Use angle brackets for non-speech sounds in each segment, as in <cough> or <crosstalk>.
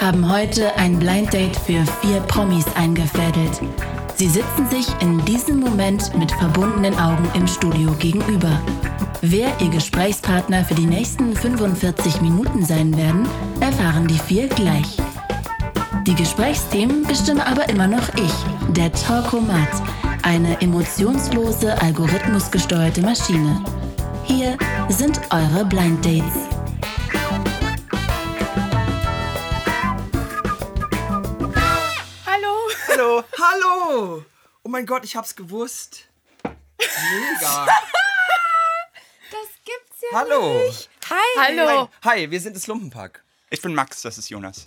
haben heute ein Blind Date für vier Promis eingefädelt. Sie sitzen sich in diesem Moment mit verbundenen Augen im Studio gegenüber. Wer ihr Gesprächspartner für die nächsten 45 Minuten sein werden, erfahren die vier gleich. Die Gesprächsthemen bestimme aber immer noch ich, der Talkomat, eine emotionslose, algorithmusgesteuerte Maschine. Hier sind eure Blind Dates. Hallo. Hallo, hallo! Oh mein Gott, ich hab's gewusst. Mega. <laughs> Das gibt's ja. Hallo. Hi. Hallo. Hi, wir sind das Lumpenpack. Ich bin Max, das ist Jonas.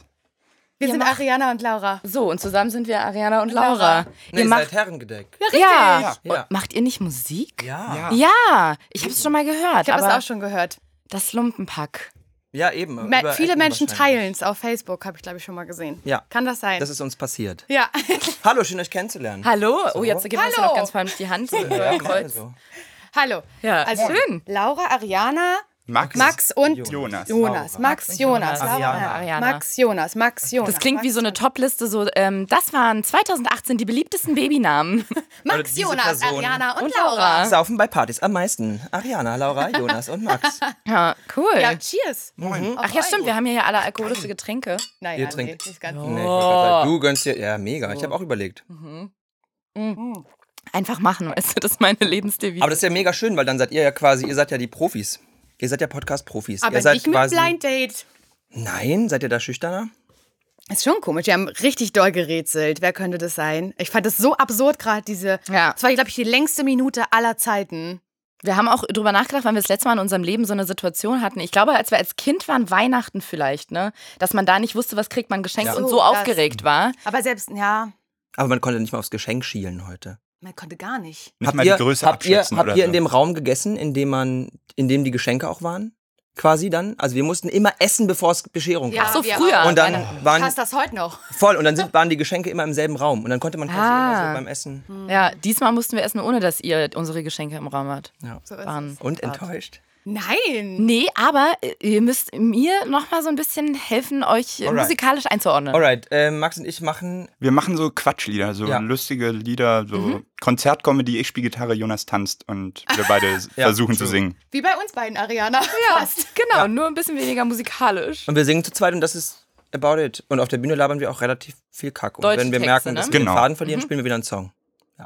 Wir sind Ariana und Laura. So, und zusammen sind wir Ariana und Laura. Laura. Nee, ihr ihr seid macht, Herrengedeck. Ah, ja. Ja. Ja. Und Macht ihr nicht Musik? Ja. ja. Ja, ich habe es schon mal gehört. Ich habe es aber auch schon gehört. das Lumpenpack. eben. Me- über viele Ecken Menschen wahrscheinlich. teilen es auf Facebook, habe ich glaube ich schon mal gesehen. Ja. Kann das sein? Das ist uns passiert. ja. <laughs> Hallo, schön euch kennenzulernen. Hallo? Oh, jetzt geben wir uns ja Hallo. noch ganz freundlich die Hand. So Ja, also. über gerne Kreuz. so. Hallo. Ja, Also schön. Laura, Ariana, Max. Max und Jonas. Jonas. Max, Jonas. Jonas. Laura, Ariana. Ariana. Max, Jonas. Max, Jonas. Das klingt Max, wie so eine Top-Liste. So, ähm, das waren 2018 die beliebtesten <laughs> Babynamen. Oder Max, diese Jonas, Person. Ariana und, Und Laura. Laura. Saufen bei Partys am meisten. <laughs> Ariana, Laura, Jonas und Max. <laughs> Mhm. ja, cool. Ja, cheers. Ach ja, stimmt. Wir haben hier ja alle alkoholische Getränke. Nein, Ihr nein, trinkt- nee, nicht ganz. Nee, ich wollt grad sagen, du gönnst dir. Ja, mega. Oh. Ich habe auch überlegt. Einfach machen, weißt du, das ist meine Lebensdevise. Aber das ist ja mega schön, weil dann seid ihr ja quasi, ihr seid ja die Profis. Ihr seid ja Podcast-Profis. Aber ihr seid ich mit quasi. Blind Date. Nein, seid ihr da schüchterner? Ist schon komisch. Wir haben richtig doll gerätselt. Wer könnte das sein? Ich fand das so absurd gerade, diese. Ja. Das war, glaube ich, die längste Minute aller Zeiten. Wir haben auch drüber nachgedacht, wann wir das letzte Mal in unserem Leben so eine Situation hatten. Ich glaube, als wir als Kind waren, Weihnachten vielleicht, ne? Dass man da nicht wusste, was kriegt man geschenkt Ja. und So, so das. aufgeregt war. Aber selbst, ja, Aber man konnte nicht mal aufs Geschenk schielen heute. man konnte gar nicht. Nicht mal die Größe habt ihr, abschätzen habt oder ihr so. in dem Raum gegessen, in dem man, in dem die Geschenke auch waren? Quasi dann? Also wir mussten immer essen, bevor es Bescherung Ja, gab. Ach so, wir früher. auch. Und dann waren Passt das heute noch? voll und dann sind, waren die Geschenke immer im selben Raum und dann konnte man quasi Ah. immer so beim Essen Hm. Ja, diesmal mussten wir essen, ohne dass ihr unsere Geschenke im Raum hat. ja. So ist Waren. und enttäuscht. Nein. Nee, aber äh, ihr müsst mir noch mal so ein bisschen helfen, euch äh, Alright. musikalisch einzuordnen. Alright, äh, Max und ich machen Wir machen so Quatschlieder, so Ja. lustige Lieder, so Konzertcomedy, ich spiele Gitarre, Jonas tanzt und wir beide versuchen zu true. singen. Wie bei uns beiden, Ariana. Ja. Passt. Genau, nur ein bisschen weniger musikalisch. und wir singen zu zweit und das ist about it und auf der Bühne labern wir auch relativ viel Kack und Deutsche wenn wir Texte, merken, ne? dass wir Genau. den Faden verlieren, Mhm. spielen wir wieder einen Song.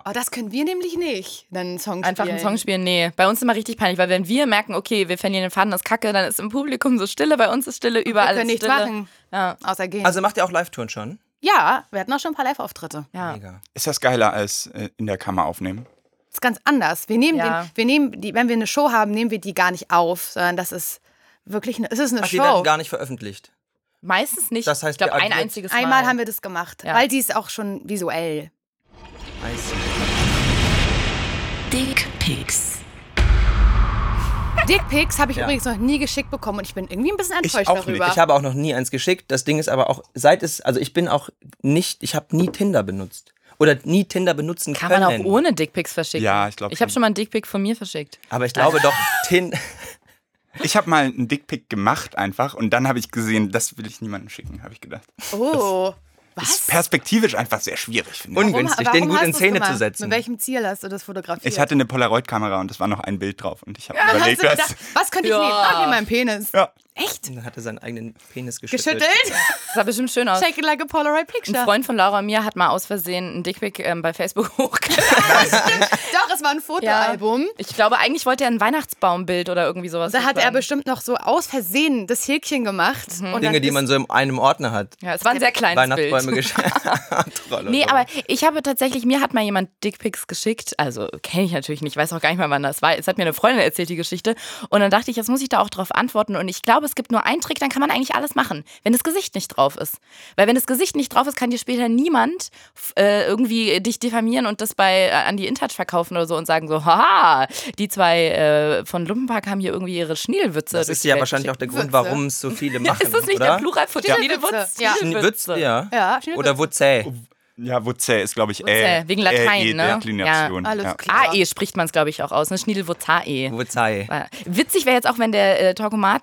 Oh, das können wir nämlich nicht. Dann einen Song Einfach spielen. einen Song spielen, nee. Bei uns ist immer richtig peinlich, weil wenn wir merken, okay, wir verlieren den Faden, das ist Kacke, dann ist im Publikum so Stille, bei uns ist Stille, Wir überall können ist nichts Stille. machen. Ja. Außer gehen. Also macht ihr auch Live-Touren schon? ja, wir hatten auch schon ein paar Live-Auftritte. Ja. Mega. Ist das geiler als äh, in der Kammer aufnehmen? Das ist ganz anders. Wir nehmen, Ja. den, wir nehmen die, wenn wir eine Show haben, nehmen wir die gar nicht auf, sondern das ist wirklich eine, es ist eine Ach, die Show. werden gar nicht veröffentlicht. Meistens nicht. Das heißt, ich glaube, wir ein agieren- einziges Mal. Einmal haben wir das gemacht, Ja. weil die ist auch schon visuell. Dick Pics. Dickpics habe ich Ja. übrigens noch nie geschickt bekommen und ich bin irgendwie ein bisschen Ich enttäuscht auch nicht. darüber. Ich habe auch noch nie eins geschickt. Das Ding ist aber auch, seit es, also ich bin auch nicht, ich habe nie Tinder benutzt. Oder nie Tinder benutzen Kann können. man auch ohne Dickpics verschicken? Ja, ich glaub Ich habe schon. schon mal einen Dickpic von mir verschickt. Aber ich glaube doch, Tin Ich habe mal einen Dickpick gemacht einfach und dann habe ich gesehen, das will ich niemandem schicken, habe ich gedacht. oh. Ist perspektivisch einfach sehr schwierig, finde ich. ungünstig, warum den gut hast in du's Szene gemacht? zu setzen. Mit welchem Ziel hast du das fotografiert? Ich hatte eine Polaroid-Kamera und es war noch ein Bild drauf und ich habe Dann hast überlegt, du gedacht, was. was könnte ich Ja. nehmen? Ah, hier mein <laughs> Penis. Ja. Echt? Und Dann hat er seinen eigenen Penis geschüttelt. Geschüttelt? <laughs> Das sah bestimmt schön aus. Shake it like a Polaroid Ein picture. Freund von Laura und mir hat mal aus Versehen einen Dickpic ähm, bei Facebook <laughs> hochgeladen. <laughs> Doch, es war ein Fotoalbum. Ich glaube, eigentlich wollte er ein Weihnachtsbaumbild oder irgendwie sowas. Da hat er hochladen. bestimmt noch so aus Versehen das Häkchen gemacht. Mhm. Und <laughs> Dinge, dann die ist- man so in einem Ordner hat. Ja, es war ein sehr kleines Weihnachtsbäume Bild. geschickt. <laughs> Troll und Nee, so. aber ich habe tatsächlich, mir hat mal jemand Dickpics geschickt. Also kenne ich natürlich nicht, weiß auch gar nicht mal, wann das war. Es hat mir eine Freundin erzählt, die Geschichte. Und dann dachte ich, jetzt muss ich da auch drauf antworten. Und ich glaube, es gibt nur einen Trick, dann kann man eigentlich alles machen, wenn das Gesicht nicht drauf ist. Weil wenn das Gesicht nicht drauf ist, kann dir später niemand f- äh, irgendwie dich diffamieren und das bei äh, an die InTouch verkaufen oder so und sagen so, haha, die zwei äh, von Lumpenpark haben hier irgendwie ihre Schniedelwürze. Das ist ja wahrscheinlich auch der Grund, warum es so viele machen, Ist das nicht oder? der Plural von Ja. Schniedelwürze? Ja. Schnie- Witz, ja. Ja, Oder Wutzä. Ja, Wurzel ist, glaube ich, äh, Wurzel, Ä- wegen Latein, Ä- Ä- ne? Deklination. Ja, alles ja. klar. AE E spricht man es, glaube ich, auch aus. Ne? Schniedelwurzae. Wurzel. Äh, Witzig wäre jetzt auch, wenn der äh,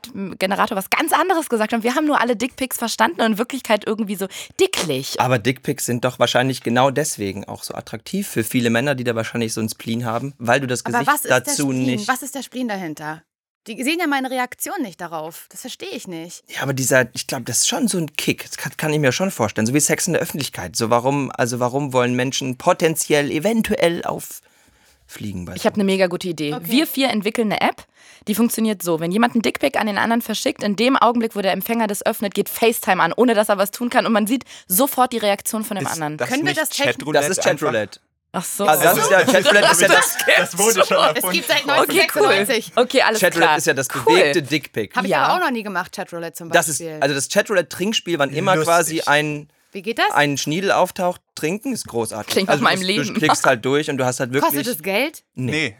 Tokomat-Generator was ganz anderes gesagt hat. Wir haben nur alle Dickpics verstanden und in Wirklichkeit irgendwie so dicklich. Aber Dickpics sind doch wahrscheinlich genau deswegen auch so attraktiv für viele Männer, die da wahrscheinlich so einen Spleen haben, weil du das Aber Gesicht was ist, der dazu Spleen? nicht. was ist der Spleen dahinter? Die sehen ja meine Reaktion nicht darauf. Das verstehe ich nicht. Ja, aber dieser, ich glaube, das ist schon so ein Kick. Das kann, kann ich mir schon vorstellen. So wie Sex in der Öffentlichkeit. So warum, also warum wollen Menschen potenziell, eventuell auffliegen bei Ich habe eine mega gute Idee. Wir vier entwickeln eine App, die funktioniert so. Wenn jemand einen Dickpick an den anderen verschickt, in dem Augenblick, wo der Empfänger das öffnet, geht FaceTime an, ohne dass er was tun kann. Und man sieht sofort die Reaktion von dem anderen. das Können wir nicht das technisch- das ist <laughs> Chatroulette. Ach so. Also das ist ja, Chatroulette ist ja das, einfach? Oh. <laughs> Das wurde schon Es erfunden. gibt seit okay, cool. 1996. Okay, alles Chatroulette klar. ist ja das Cool. bewegte Dickpick. Habe ich Ja. aber auch noch nie gemacht, Chatroulette zum Das ist, Beispiel. also das Chatroulette-Trinkspiel, wann immer Lustig. quasi ein, Wie geht das? ein Schniedel auftaucht, trinken, ist großartig. Klingt nach also du- meinem Leben. Du klickst halt durch und du hast halt Kostet wirklich. das Geld? Nee.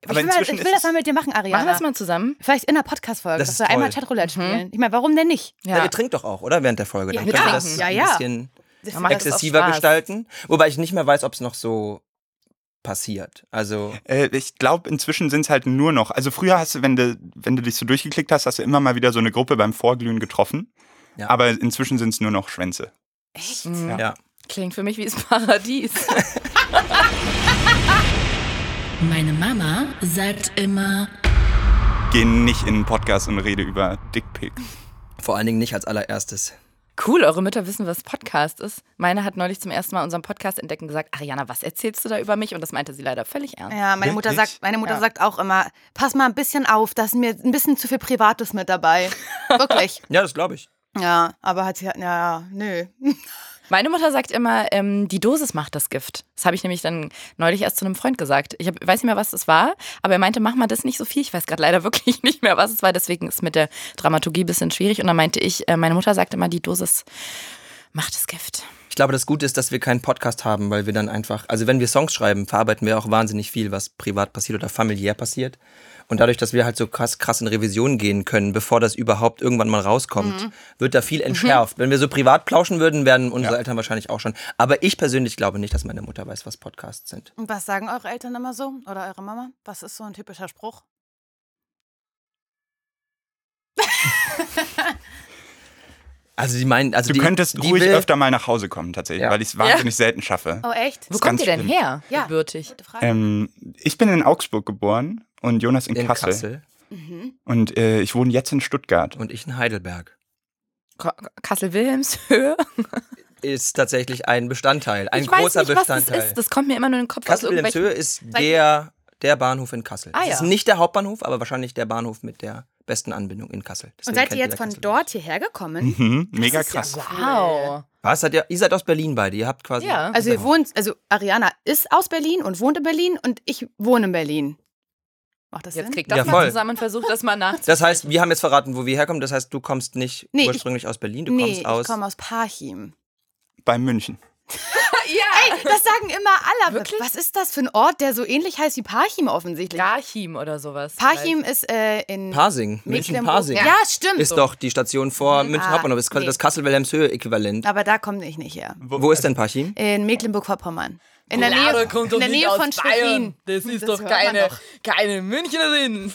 ich will, mal, ich will das mal mit dir machen, Ariana. Machen wir das mal zusammen? Vielleicht in der Podcast-Folge, Das dass ist wir einmal toll. Chatroulette spielen. Ich meine, warum denn nicht? Ja. ihr trinkt doch auch, oder? Während der Folge. Ja, Dann wir können wir trinken. das Ja, ein ja. bisschen Dann macht das auch exzessiver Spaß. gestalten. Wobei ich nicht mehr weiß, ob es noch so passiert. Also. Äh, ich glaube, inzwischen sind es halt nur noch. Also früher hast du, wenn du, wenn du dich so durchgeklickt hast, hast du immer mal wieder so eine Gruppe beim Vorglühen getroffen. Ja. Aber inzwischen sind es nur noch Schwänze. Ja. Klingt für mich wie das <laughs> Paradies. Meine Mama sagt immer, Geh nicht in einen Podcast und rede über Dickpics. Vor allen Dingen nicht als allererstes. Cool, eure Mütter wissen, was Podcast ist. Meine hat neulich zum ersten Mal unseren Podcast entdecken gesagt, Ariana, was erzählst du da über mich? Und das meinte sie leider völlig ernst. Ja, meine Mutter Wirklich? sagt, meine Mutter sagt auch immer, pass mal ein bisschen auf, da ist mir ein bisschen zu viel Privates mit dabei. Wirklich. Ja, das glaube ich. Ja, aber hat sie ja, ja, nö. Meine Mutter sagt immer, ähm, die Dosis macht das Gift. Das habe ich nämlich dann neulich erst zu einem Freund gesagt. Ich hab, weiß nicht mehr, was es war, aber er meinte, mach mal das nicht so viel. Ich weiß gerade leider <laughs> wirklich nicht mehr, was es war. Deswegen ist mit der Dramaturgie ein bisschen schwierig. Und dann meinte ich, äh, meine Mutter sagt immer, die Dosis macht das Gift. Ich glaube, das Gute ist, dass wir keinen Podcast haben, weil wir dann einfach, also wenn wir Songs schreiben, verarbeiten wir auch wahnsinnig viel, was privat passiert oder familiär passiert. Und dadurch, dass wir halt so krass, krass in Revision gehen können, bevor das überhaupt irgendwann mal rauskommt, Mhm. wird da viel entschärft. Wenn wir so privat plauschen würden, wären unsere Eltern wahrscheinlich auch schon. Aber ich persönlich glaube nicht, dass meine Mutter weiß, was Podcasts sind. Und was sagen eure Eltern immer so? Oder eure Mama? Was ist so ein typischer Spruch? Also die meinen, also Du die, könntest die ruhig will- öfter mal nach Hause kommen, tatsächlich, Ja. weil ich es wahnsinnig selten schaffe. Oh, echt? Wo Ist kommt ganz ihr denn schlimm. her? Ja. Gebürtig. Gute Frage. Ähm, ich bin in Augsburg geboren und Jonas in, in Kassel. Kassel Mhm. Und äh, ich wohne jetzt in Stuttgart. und ich in Heidelberg. Ko- Kassel-Wilhelmshöhe? Ist tatsächlich ein Bestandteil, ein ich weiß großer nicht, was das Bestandteil. ist. Das kommt mir immer nur in den Kopf. aus irgendwelchen- Kassel-Wilhelmshöhe ist der, der Bahnhof in Kassel. Ah, Es ist ja. nicht der Hauptbahnhof, aber wahrscheinlich der Bahnhof mit der besten Anbindung in Kassel. Und Deswegen seid ihr kennt jetzt da von Kassel. dort hierher gekommen? Mhm, mega krass. Wow. Was? Seid ihr, ihr seid aus Berlin beide. Ihr habt quasi. Ja. Also ihr wohnt, also Ariana ist aus Berlin und wohnt in Berlin und ich wohne in Berlin. Macht das Jetzt Sinn? kriegt das Ja, mal voll. zusammen und versucht das mal nachzudenken. Das heißt, wir haben jetzt verraten, wo wir herkommen. Das heißt, du kommst nicht Nee, ich- ursprünglich aus Berlin, du nee, kommst aus. ich komme aus Parchim. Bei München. Ja. <laughs> Ey, <laughs> das sagen immer alle. Wirklich? Was ist das für ein Ort, der so ähnlich heißt wie Parchim offensichtlich? Garchim oder sowas. Parchim ist äh, in Parsing. München-Parsing. Ja, stimmt. Ist doch die Station vor München Ah, Hauptbahnhof. Ist quasi nee. das Kassel-Wilhelmshöhe-Äquivalent. Aber da komme ich nicht her. Wo, ist denn Parchim? In Mecklenburg-Vorpommern. In Oh, der Nähe, in der Nähe von Schwerin. Das hört man doch. keine Münchnerin.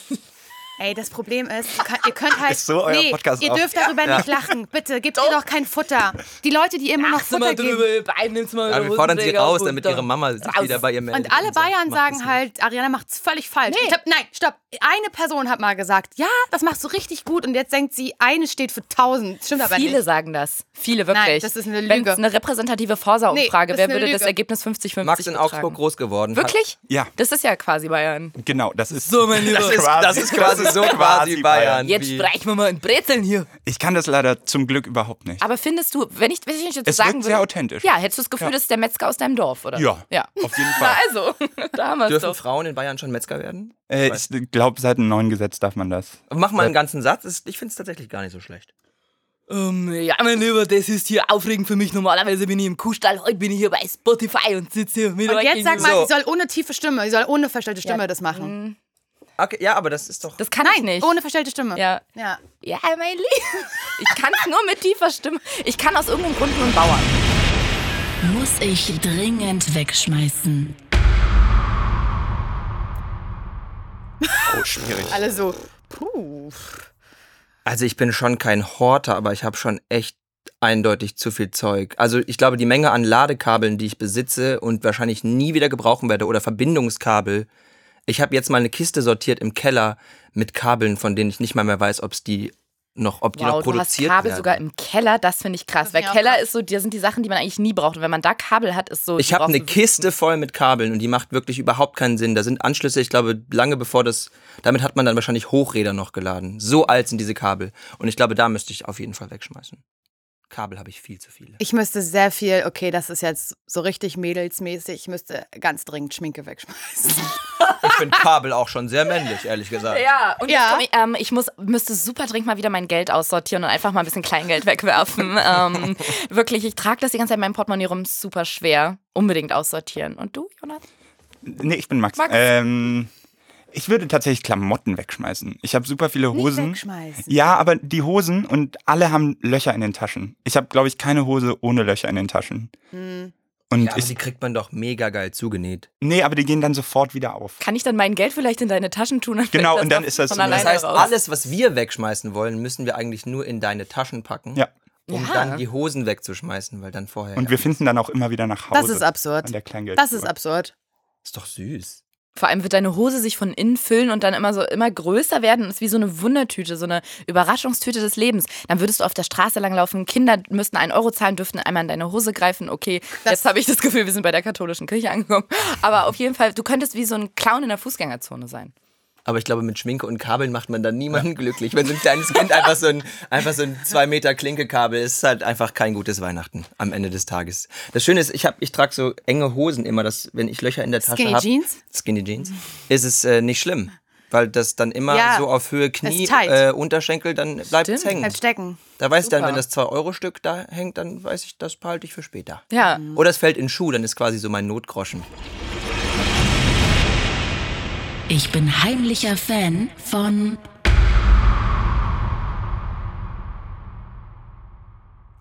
Ey, das Problem ist, ihr könnt, ihr könnt halt. Ist so euer nee, Podcast ihr auch? dürft darüber nicht lachen. Bitte, gebt ihr doch kein Futter. Die Leute, die immer noch Futter geben. Bein nimmst mal Ja, wir fordern sie raus, damit ihre Mama sich Raus. wieder bei ihr meldet. Und alle sagt, Bayern mach das sagen halt, Ariana macht's völlig falsch. Ich hab, nein, stopp. Eine Person hat mal gesagt, ja, das machst du richtig gut. Und jetzt denkt sie, eine steht für tausend. Stimmt aber Viele nicht. sagen das. Viele wirklich. Nein, das ist eine Lüge. Wenn es eine repräsentative Forsa-Umfrage Nee, das ist wäre, eine würde das Lüge. Ergebnis 50-50 Max in Augsburg betragen. groß geworden. Hat- Wirklich? Ja. Das ist ja quasi Bayern. Genau, das ist So, mein Lieber. <laughs> Das Das das ist ist quasi, ist- quasi so quasi Bayern. Jetzt Wie- sprechen wir mal in Brezeln hier. Ich kann das leider zum Glück überhaupt nicht. Aber findest du, wenn ich, wenn ich jetzt Es sagen wirkt würde. sehr authentisch. Ja, hättest du das Gefühl, Ja. das ist der Metzger aus deinem Dorf, oder? Ja, ja. auf jeden Na, Fall. also, <laughs> da haben wir es Dürfen doch. Frauen in Bayern schon Metzger werden? Äh, ich glaube, seit dem neuen Gesetz darf man das. Mach mal einen ganzen Satz. Ist- Ich finde es tatsächlich gar nicht so schlecht. Ähm, ja, mein Lieber, das ist hier aufregend für mich. Normalerweise bin ich im Kuhstall, heute bin ich hier bei Spotify und sitze hier mit Und euch. jetzt sag gegenüber. mal, So. sie soll ohne tiefe Stimme, sie soll ohne verstellte Stimme das machen. Okay, ja, aber das ist doch. Das kann ich Nein, Mhm. nicht. ohne verstellte Stimme. Ja. ja. ja, mein Lieber. Ich kann es nur mit tiefer Stimme. Ich kann aus irgendeinem Grund nur einen Bauern. muss ich dringend wegschmeißen. Oh, schwierig. Alle so, puh. Also ich bin schon kein Horter, aber ich habe schon echt eindeutig zu viel Zeug. Also ich glaube, die Menge an Ladekabeln, die ich besitze und wahrscheinlich nie wieder gebrauchen werde oder Verbindungskabel. Ich habe jetzt mal eine Kiste sortiert im Keller mit Kabeln, von denen ich nicht mal mehr weiß, ob es die noch, ob die noch Wow, du hast produziert Kabel werden. sogar im Keller, das finde ich krass. Das Weil finde ich auch Keller krass. ist so, da sind die Sachen, die man eigentlich nie braucht. Und wenn man da Kabel hat, ist so. Ich die habe brauchst eine du- Kiste voll mit Kabeln und die macht wirklich überhaupt keinen Sinn. Da sind Anschlüsse, ich glaube, lange bevor das. Damit hat man dann wahrscheinlich Hochräder noch geladen. So alt sind diese Kabel. Und ich glaube, da müsste ich auf jeden Fall wegschmeißen. Kabel habe ich viel zu viele. Ich müsste sehr viel, okay, das ist jetzt so richtig mädelsmäßig, ich müsste ganz dringend Schminke wegschmeißen. Ich <laughs> finde Kabel auch schon sehr männlich, ehrlich gesagt. Ja, und Ja. Ich, ähm, ich muss, müsste super dringend mal wieder mein Geld aussortieren und einfach mal ein bisschen Kleingeld <laughs> wegwerfen. ähm, wirklich, ich trage das die ganze Zeit in meinem Portemonnaie rum, super schwer. Unbedingt aussortieren. Und du, Jonas? Nee, ich bin Max. Max. Ähm, ich würde tatsächlich Klamotten wegschmeißen. Ich habe super viele Hosen. wegschmeißen. Ja, aber die Hosen und alle haben Löcher in den Taschen. Ich habe, glaube ich, keine Hose ohne Löcher in den Taschen. Und Ja, aber ich, die kriegt man doch mega geil zugenäht. nee, aber die gehen dann sofort wieder auf. Kann ich dann mein Geld vielleicht in deine Taschen tun? fällt Genau, und dann doch ist das- von das alleine Das heißt, raus. alles, was wir wegschmeißen wollen, müssen wir eigentlich nur in deine Taschen packen, Ja. um Ja. dann die Hosen wegzuschmeißen, weil dann vorher. Und wir finden dann auch immer wieder nach Hause. Das ist absurd. An der Kleingeld Das ist absurd. ist doch süß. Vor allem wird deine Hose sich von innen füllen und dann immer so immer größer werden und ist wie so eine Wundertüte, so eine Überraschungstüte des Lebens. Dann würdest du auf der Straße langlaufen, Kinder müssten einen Euro zahlen, dürften einmal in deine Hose greifen. Okay, Das- jetzt habe ich das Gefühl, wir sind bei der katholischen Kirche angekommen. Aber auf jeden Fall, du könntest wie so ein Clown in der Fußgängerzone sein. Aber ich glaube, mit Schminke und Kabeln macht man dann niemanden glücklich. Wenn so ein kleines Kind einfach so ein, einfach so ein zwei Meter Klinkekabel ist, ist halt einfach kein gutes Weihnachten am Ende des Tages. Das Schöne ist, ich hab, ich trage so enge Hosen immer, dass wenn ich Löcher in der Tasche Skinny habe, Jeans? Skinny Jeans, ist es äh, nicht schlimm, weil das dann immer Ja, so auf Höhe Knie, ist tight. äh, Unterschenkel, dann bleibt es hängen. Bleib Halt stecken. Da weiß ich dann, Super. wenn das 2-Euro-Stück da hängt, dann weiß ich, das behalte ich für später. Ja. Oder es fällt in den Schuh, dann ist quasi so mein Notgroschen. Ich bin heimlicher Fan von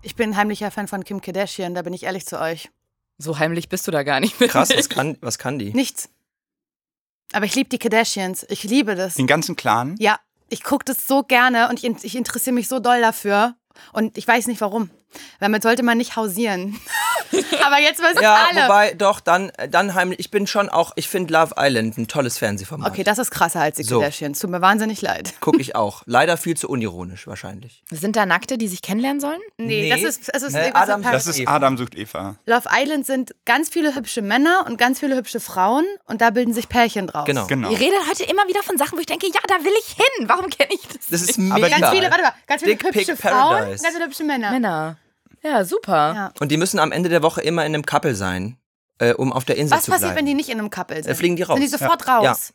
Ich bin ein heimlicher Fan von Kim Kardashian, da bin ich ehrlich zu euch. So heimlich bist du da gar nicht. Krass, was kann, was kann <laughs> die? Nichts. Aber ich liebe die Kardashians. Ich liebe das. Den ganzen Clan. Ja, ich gucke das so gerne und ich, in- ich interessiere mich so doll dafür. Und ich weiß nicht warum. Damit sollte man nicht hausieren. <laughs> Aber jetzt wissen Ja, alle. wobei, doch, dann, dann heimlich. Ich bin schon auch, ich finde Love Island ein tolles Fernsehformat. okay, das ist krasser als die So. Kardashians. Tut mir wahnsinnig leid. Gucke ich auch. Leider viel zu unironisch wahrscheinlich. Sind da Nackte, die sich kennenlernen sollen? Nee, das ist, das ist Äh, irgendwas Adam- mit Paris. Das ist Eva. Adam sucht Eva. Love Island sind ganz viele hübsche Männer und ganz viele hübsche Frauen und da bilden sich Pärchen draus. Genau. Genau. Ihr redet heute immer wieder von Sachen, wo ich denke, ja, da will ich hin. Warum kenne ich das? Das ist Aber mega. die- Ganz viele, warte mal, ganz viele Dick hübsche Pic Frauen, Paradise. ganz viele hübsche Männer. Männer. Ja, super. Ja. Und die müssen am Ende der Woche immer in einem Couple sein, äh, um auf der Insel Was zu bleiben. passiert, wenn die nicht in einem Couple sind? Äh, fliegen die raus. Sind die sofort raus?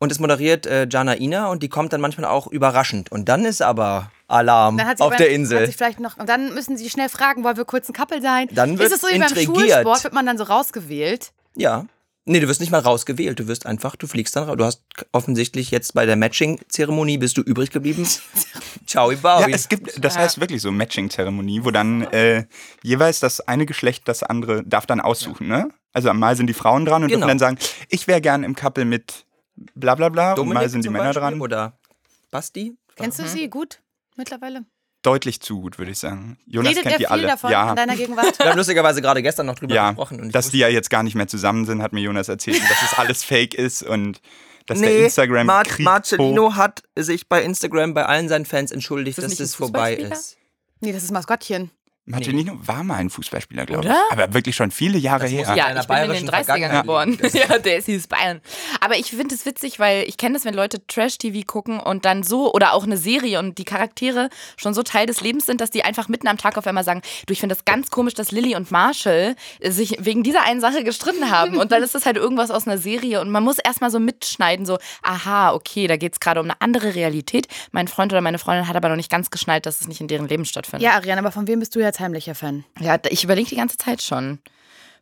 Und es moderiert äh, Jana Ina und die kommt dann manchmal auch überraschend. Und dann ist aber Alarm Dann hat sie auf beim- der Hat Insel. sich vielleicht noch, und dann müssen sie schnell fragen, wollen wir kurz ein Couple sein? Dann ist wird es so wie beim intrigiert. Schulsport, wird man dann so rausgewählt? Ja. Nee, du wirst nicht mal rausgewählt. Du wirst einfach, du fliegst dann raus. Du hast k- offensichtlich jetzt bei der Matching-Zeremonie bist du <laughs> übrig geblieben. Ciao, Bau. Ja, es gibt, das heißt wirklich so Matching-Zeremonie, wo dann äh, jeweils das eine Geschlecht das andere darf dann aussuchen, ne? Also mal sind die Frauen dran und Genau. dürfen dann sagen, ich wäre gern im Couple mit bla bla bla und mal sind die zum Männer Beispiel dran. Oder Basti? Kennst du sie gut mittlerweile? Deutlich zu gut, würde ich sagen. Jonas Redet kennt er die viel alle. davon ja, in deiner Gegenwart? <laughs> Wir haben lustigerweise gerade gestern noch drüber ja. gesprochen. Und ich dass wusste- die ja jetzt gar nicht mehr zusammen sind, hat mir Jonas erzählt, und dass es alles fake ist und dass der nee, Instagram Mar Krieg Marcelino hat sich bei Instagram bei allen seinen Fans entschuldigt, Ist das dass nicht es ein vorbei Fußballspieler? ist. Nee, das ist Maskottchen. Marcelino war mal ein Fußballspieler, glaube ich. Oder? Aber wirklich schon viele Jahre Das muss ja- her. Ja, einer ich bin in bayerischen den 30ern Vergangenheit geboren. liegen. <laughs> ja, der ist hieß Bayern. Aber ich finde es witzig, weil ich kenne das, wenn Leute Trash-TV gucken und dann so oder auch eine Serie und die Charaktere schon so Teil des Lebens sind, dass die einfach mitten am Tag auf einmal sagen, du, ich finde das ganz komisch, dass Lilly und Marshall äh, sich wegen dieser einen Sache gestritten haben. Und dann ist das halt irgendwas aus einer Serie und man muss erstmal so mitschneiden, so, aha, okay, da geht es gerade um eine andere Realität. Mein Freund oder meine Freundin hat aber noch nicht ganz geschnallt, dass es nicht in deren Leben stattfindet. Ja, Ariane, aber von wem bist du jetzt heimlicher Fan? Ja, ich überlege die ganze Zeit schon.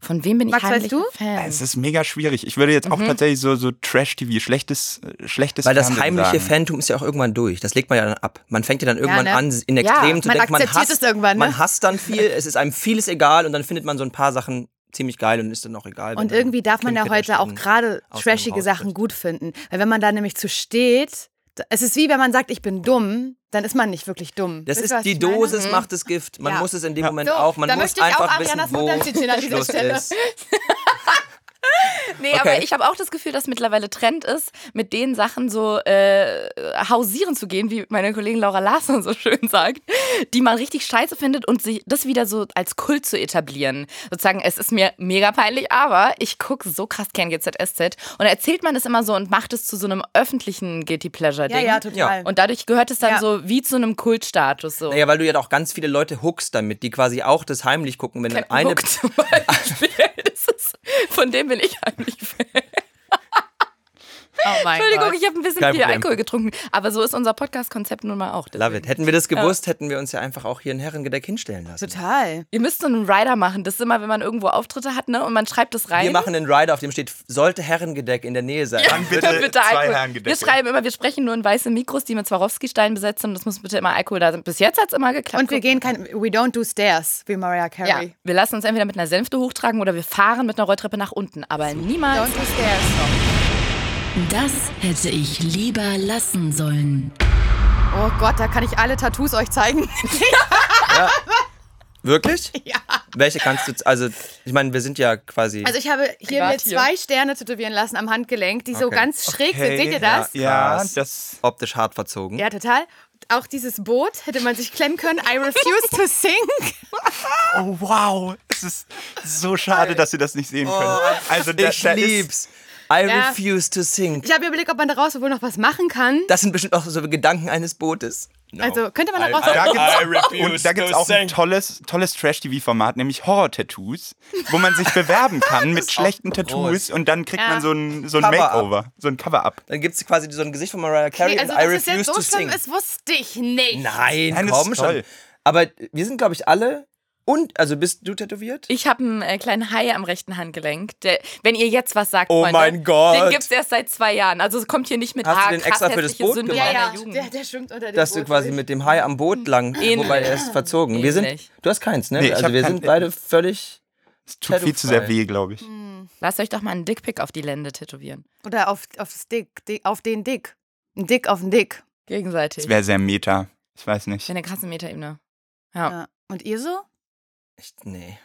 Von wem bin ich Max, weißt heimlich du? ein Fan? Ah, Es ist mega schwierig. Ich würde jetzt auch tatsächlich so, so Trash-TV, schlechtes, äh, schlechtes Weil das Fernsehen heimliche sagen. Phantom ist ja auch irgendwann durch. Das legt man ja dann ab. Man fängt ja dann irgendwann ne? an, in Extremen zu man denken. Man akzeptiert hasst, es irgendwann, ne? man hasst dann viel, es ist einem vieles egal und dann findet man so ein paar Sachen ziemlich geil und ist dann auch egal. wenn Und dann irgendwie darf man ja Kleinkinder heute auch stehen. gerade aus dem trashige Haus Sachen spricht. gut finden. Weil wenn man da nämlich zu steht, da- es ist wie wenn man sagt, ich bin dumm, dann ist man nicht wirklich dumm. Das Wisst ist ihr, was die ich meine? Mhm. Dosis macht das Gift. Man Ja. muss es in dem Moment So, auch. Man da muss möchte ich auch einfach Arianas Mutter wissen, zitieren wo an dieser Schluss Stelle. ist. Nee, Okay. aber ich habe auch das Gefühl, dass mittlerweile Trend ist, mit den Sachen so äh, hausieren zu gehen, wie meine Kollegin Laura Larsson so schön sagt, die man richtig scheiße findet und sich das wieder so als Kult zu etablieren. Sozusagen, es ist mir mega peinlich, aber ich gucke so krass gern GZSZ und erzählt man es immer so und macht es zu so einem öffentlichen Guilty Ja, Pleasure-Ding. ja, total. Und dadurch gehört es dann Ja. so wie zu einem Kultstatus. So. Naja, weil du ja auch ganz viele Leute hookst damit, die quasi auch das heimlich gucken, wenn dann Captain eine. Hook zum Beispiel. <laughs> Das ist, von dem bin ich eigentlich Fan. Oh mein Entschuldigung, Gott. ich habe ein bisschen Kein viel Problem. Alkohol getrunken. Aber so ist unser Podcast-Konzept nun mal auch. Love it. Hätten wir das gewusst, hätten wir uns ja einfach auch hier ein Herrengedeck hinstellen lassen. Total. Ihr müsst so einen Rider machen. Das ist immer, wenn man irgendwo Auftritte hat, ne? Und man schreibt das rein. Wir machen einen Rider, auf dem steht, sollte Herrengedeck in der Nähe sein. Dann bitte, zwei Alkohol. Herrengedecke. Wir schreiben immer, wir sprechen nur in weiße Mikros, die mit Swarovski-Steinen besetzt sind. Das muss bitte immer Alkohol da sein. Bis jetzt hat es immer geklappt. Und wir gehen kein, we don't do stairs, wie Mariah ja. Carey. Wir lassen uns entweder mit einer Sänfte hochtragen oder wir fahren mit einer Rolltreppe nach unten. Aber niemals. Don't do stairs. Das hätte ich lieber lassen sollen. Oh Gott, da kann ich alle Tattoos euch zeigen. Wirklich? Ja. Welche kannst du, z- also, ich meine, wir sind ja quasi. <laughs> Also ich habe hier Privat mir hier. zwei Sterne tätowieren lassen am Handgelenk, die so Okay. ganz schräg sind. Seht ihr ja, das? Ja, Krass. das. optisch hart verzogen. Ja, total. Auch dieses Boot hätte man sich klemmen können. I refuse to sink. Oh, wow. Es ist so schade, dass ihr das nicht sehen Oh, könnt. Also, da, ich da ist. lieb's. I Ja. refuse to sink. Ich habe überlegt, ob man daraus wohl noch was machen kann. Das sind bestimmt auch so Gedanken eines Bootes. Also könnte man daraus Da gibt's, I refuse und da gibt es to auch ein sing. tolles, tolles Trash-TV-Format, nämlich Horror-Tattoos, wo man sich bewerben kann mit schlechten Tattoos groß. und dann kriegt Ja. man so ein, so ein Cover-up. Makeover, so ein Cover-Up. Dann gibt's quasi so ein Gesicht von Mariah Carey also und I dass es refuse jetzt so to schlimm sing. ist, wusste ich nicht. Nein, Nein, das komm ist schon. toll. Aber wir sind, glaube ich, alle und, also bist du tätowiert? Ich habe einen äh, kleinen Hai am rechten Handgelenk. Der, wenn ihr jetzt was sagt, Oh Freunde, mein Gott. Den gibt es erst seit zwei Jahren. Also es kommt hier nicht mit Hast du ah, den krass, extra für das hässliche Boot Sünde Ja, gemacht? meiner ja, Jugend. der, der schwimmt unter dem Dass du Boot. quasi mit dem Hai am Boot lang, Hm. wobei er ist verzogen. Wir sind, Ähnlich. du hast keins, ne? Nee, ich also hab wir kein- sind beide völlig. Es tut viel zu sehr Tattoo-frei. weh, glaube ich. Lasst euch doch mal einen Dickpick auf die Lände tätowieren. Hm. Oder auf, auf, das Dick, Dick, auf den Dick. Ein Dick auf den Dick. Gegenseitig. Es wäre sehr meta. Ich weiß nicht. In der krassen Metaebene. Ja. Ja. Und ihr so? Ich, nee.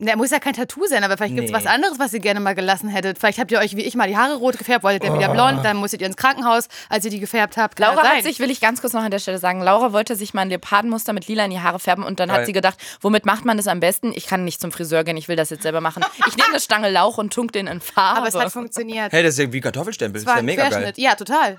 Der muss ja kein Tattoo sein, aber vielleicht gibt es Nee. was anderes, was ihr gerne mal gelassen hättet. Vielleicht habt ihr euch wie ich mal die Haare rot gefärbt, wolltet ihr Ah. wieder blond, dann musstet ihr ins Krankenhaus, als ihr die gefärbt habt. Kann Laura ja sein. hat sich, will ich ganz kurz noch an der Stelle sagen, Laura wollte sich mal ein Leopardenmuster mit lila in die Haare färben und dann hat Geil. sie gedacht, womit macht man das am besten? Ich kann nicht zum Friseur gehen, ich will das jetzt selber machen. Ich nehme eine Stange Lauch und tunk den in Farbe. aber es hat funktioniert. Hey, das ist ja wie Kartoffelstempel. Es Das ist war ja ein mega geil. Querschnitt. Ja, total.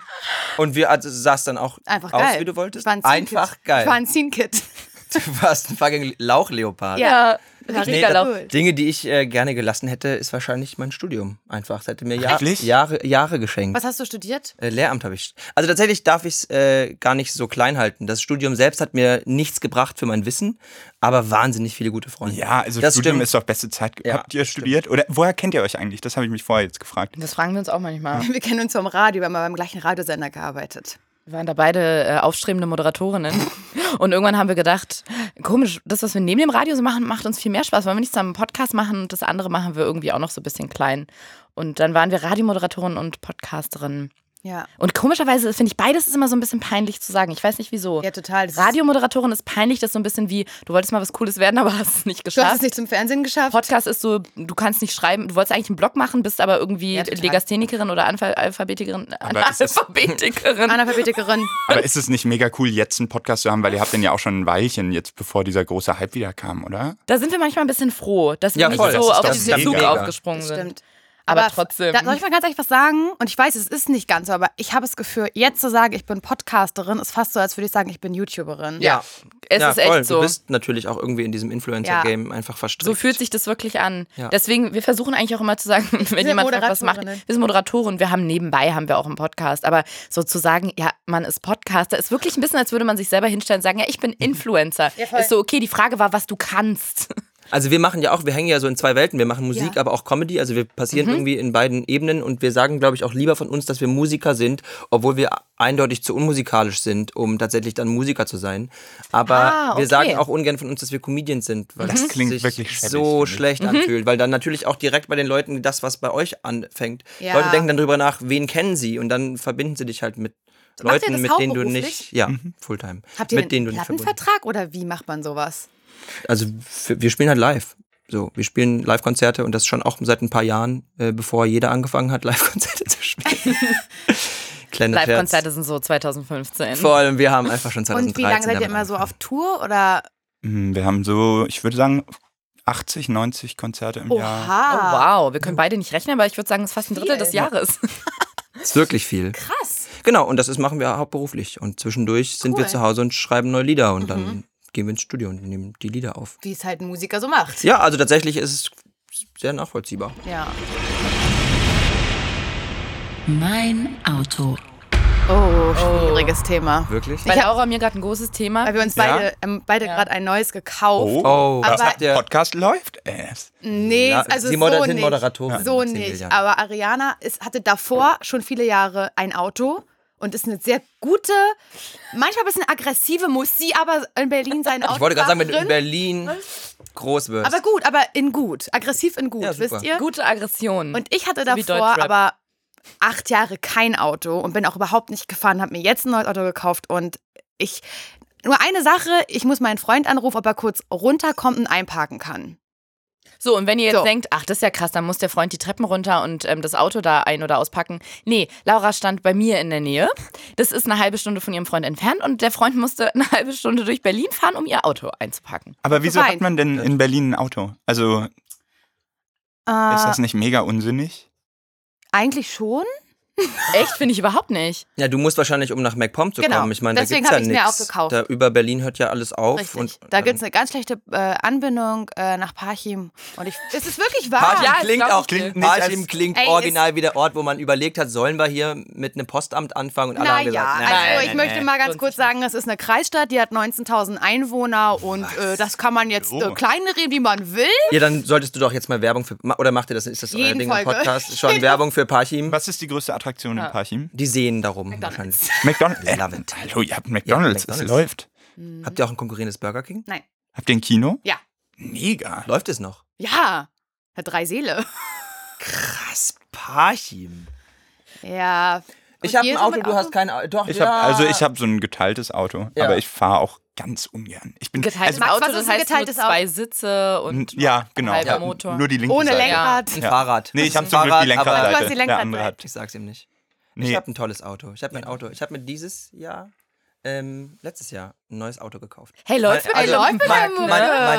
Und wir also, sahst dann auch Einfach aus, geil. wie du Ich wolltest. war ein Scene-Kid. Einfach geil. Ich war ein Scene-Kid. <laughs> Du warst ein fucking Lauchleopard. ja, Nee, richtiger da- Lauch. Dinge, die ich äh, gerne gelassen hätte, ist wahrscheinlich mein Studium. Einfach. Das hätte mir ja Wirklich? Jahre, Jahre geschenkt. Was hast du studiert? Äh, Lehramt habe ich. Also tatsächlich darf ich es äh, gar nicht so klein halten. Das Studium selbst hat mir nichts gebracht für mein Wissen, aber wahnsinnig viele gute Freunde. Ja, also das Studium stimmt. ist doch beste Zeit. Ja, Habt ihr studiert? Oder woher kennt ihr euch eigentlich? Das habe ich mich vorher jetzt gefragt. Das fragen wir uns auch manchmal. Wir kennen uns vom Radio, wir haben mal beim gleichen Radiosender gearbeitet. Wir waren da beide äh, aufstrebende Moderatorinnen. <laughs> Und irgendwann haben wir gedacht, komisch, das, was wir neben dem Radio so machen, macht uns viel mehr Spaß. Wollen wir nicht zusammen einen Podcast machen und das andere machen wir irgendwie auch noch so ein bisschen klein. Und dann waren wir Radiomoderatorin und Podcasterin. Ja. Und komischerweise finde ich, beides ist immer so ein bisschen peinlich zu sagen. Ich weiß nicht wieso. Ja, total. Das ist- Radiomoderatorin ist peinlich, das ist so ein bisschen wie, du wolltest mal was Cooles werden, <laughs> aber hast es nicht Du hast es geschafft. nicht zum Fernsehen geschafft. Podcast ist so, du kannst nicht schreiben, du wolltest eigentlich einen Blog machen, bist aber irgendwie Ja, total. Legasthenikerin oder Analphabetikerin. Aber ist es- <laughs> Analphabetikerin. Analphabetikerin. Aber ist es nicht mega cool, jetzt einen Podcast zu haben, weil ihr habt den ja auch schon ein Weilchen, jetzt bevor dieser große Hype wieder kam, oder? Da sind wir manchmal ein bisschen froh, dass wir Ja, nicht voll, so das ist auf doch diesen mega. Zug aufgesprungen Das sind. stimmt. Aber trotzdem. Da, soll ich mal ganz ehrlich was sagen? Und ich weiß, es ist nicht ganz so, aber ich habe das Gefühl, jetzt zu sagen, ich bin Podcasterin, ist fast so, als würde ich sagen, ich bin YouTuberin. ja. Es ja, ist echt voll. so. Du bist natürlich auch irgendwie in diesem Influencer-Game einfach verstrickt. So fühlt sich das wirklich an. Ja. Deswegen, wir versuchen eigentlich auch immer zu sagen, <laughs> wenn jemand fragt, was macht. Wir Moderatorinnen. sind Moderatoren, wir haben nebenbei haben wir auch einen Podcast. Aber so zu sagen, ja, man ist Podcaster, ist Mhm. wirklich ein bisschen, als würde man sich selber hinstellen und sagen, ja, ich bin Influencer. Ja, voll. <laughs> ist so, okay, die Frage war, was du kannst. Also wir machen ja auch, wir hängen ja so in zwei Welten. Wir machen Musik, Ja. Mhm. aber auch Comedy. Also wir passieren irgendwie in beiden Ebenen und wir sagen, glaube ich, auch lieber von uns, dass wir Musiker sind, obwohl wir eindeutig zu unmusikalisch sind, um tatsächlich dann Musiker zu sein. Aber Ah, okay. wir sagen auch ungern von uns, dass wir Comedians sind, weil Das es klingt sich wirklich schäbig, so finde ich. schlecht Mhm. anfühlt, weil dann natürlich auch direkt bei den Leuten das, was bei euch anfängt. Ja. Leute denken dann drüber nach, wen kennen sie und dann verbinden sie dich halt mit Macht ihr Leuten, das mit denen du hauptberuflich? nicht, ja, Mhm. Fulltime, Habt ihr mit denen einen du nicht verbunden Plattenvertrag oder wie macht man sowas? also f- wir spielen halt live. So, wir spielen Live-Konzerte und das schon auch seit ein paar Jahren, äh, bevor jeder angefangen hat, <laughs> Live-Konzerte <laughs> zu spielen. Kleiner Live-Konzerte sind so 2015. Scherz. Vor allem, wir haben einfach schon <laughs> 2013 Und wie lange seid ihr damit immer so auf angefangen. Tour oder? Hm, Wir haben so, ich würde sagen, 80, 90 Konzerte im Jahr. Oh, Oha. wow, wir können beide nicht rechnen, aber ich würde sagen, es ist fast ein Drittel Ah. Viel. des Jahres. Das ist wirklich viel. Krass. Genau, und das ist, machen wir hauptberuflich. Und zwischendurch sind wir Cool. Mhm. zu Hause und schreiben neue Lieder und dann gehen wir ins Studio und nehmen die Lieder auf. Wie es halt ein Musiker so macht. Ja, also tatsächlich ist es sehr nachvollziehbar. Ja. Mein Auto. Oh, schwieriges Thema. Wirklich? Weil Laura mir gerade ein großes Thema. Weil wir uns Ja. beide, ähm, beide gerade ein neues gekauft. Oh, Aber- was habt ihr? Podcast läuft es. Nee, Ja, also sie moder- so sind nicht. Moderatorin, So erzählen wir nicht. ja. Aber Ariana ist, hatte davor schon viele Jahre ein Auto und ist eine sehr gute, manchmal ein bisschen aggressive, muss sie aber in Berlin sein Auto. <laughs> Ich wollte gerade sagen, wenn du in Berlin groß wirst. Hm? Aber gut, aber in gut. Aggressiv in gut, Ja, super. wisst ihr? Gute Aggression. Und ich hatte So wie davor Deutschrap. aber acht Jahre kein Auto und bin auch überhaupt nicht gefahren, habe mir jetzt ein neues Auto gekauft und ich. Nur eine Sache, ich muss meinen Freund anrufen, ob er kurz runterkommt und einparken kann. so, und wenn ihr jetzt So. denkt, ach, das ist ja krass, dann muss der Freund die Treppen runter und ähm, das Auto da ein- oder auspacken. Nee, Laura stand bei mir in der Nähe. Das ist eine halbe Stunde von ihrem Freund entfernt und der Freund musste eine halbe Stunde durch Berlin fahren, um ihr Auto einzupacken. Aber wieso Nein. hat man denn in Berlin ein Auto? Also ist Äh, das nicht mega unsinnig? eigentlich schon. Echt, finde ich überhaupt nicht. Ja, du musst wahrscheinlich, um nach MacPom zu Genau. kommen. Ich meine, da Deswegen gibt's ja hab ich's mir nichts. aufgekauft. Da über Berlin hört ja alles auf. Richtig. Und, da gibt es eine ganz schlechte äh, Anbindung äh, nach Parchim. Und ich, es ist wirklich wahr. ähm, Parchim Ja, es klingt glaub ich auch dir. klingt, Nicht als- Parchim klingt Ey, original wie der Ort, wo man überlegt hat, sollen wir hier mit einem Postamt anfangen und alle haben Naja, gesagt, also nein, nein, ich nein, möchte nein. mal ganz kurz sagen, es ist eine Kreisstadt, die hat 19.000 Einwohner und äh, das kann man jetzt äh, So. kleinreden, wie man will. Ja, dann solltest du doch jetzt mal Werbung für ma- oder macht ihr das ist das euer Jeden Ding im Folge. <laughs> Podcast schon Werbung für Parchim? Was ist die größte Attraktion in Parchim? Die sehen darum wahrscheinlich. McDonald's. Äh, Love it. hallo, ihr habt McDonald's, Ja, es McDonald's. läuft. Hm. Habt ihr auch ein konkurrierendes Burger King? Nein. Habt ihr ein Kino? Ja. Mega. Läuft es noch? Ja. Hat drei Seele. Krass, Parchim. Ja. Ich Und habe ihr ein so Auto, mit du hast kein Auto. Doch, Ich ja. hab, also ich habe so ein geteiltes Auto, Ja. aber ich fahre auch ganz ungern. Ich bin also, Also, Geteiltes Max, Auto, was ist das ein heißt geteiltes nur zwei Sitze und ja, genau. halber Ja, Motor. Nur die linke Ohne Seite. Lenkrad. ein Ja. Fahrrad. Nee, ich habe Ein zum Glück Fahrrad, die aber- Lenkradseite. die der Lenkrad- andere hat. Ich sag's ihm nicht. Ich Nee, habe ein tolles Auto. Ich habe mein Auto. Ich habe mir dieses Jahr, ähm, letztes Jahr, ein neues Auto gekauft. Hey, läuft Mein- mit läuft mit Park, deinem- ne? Mein,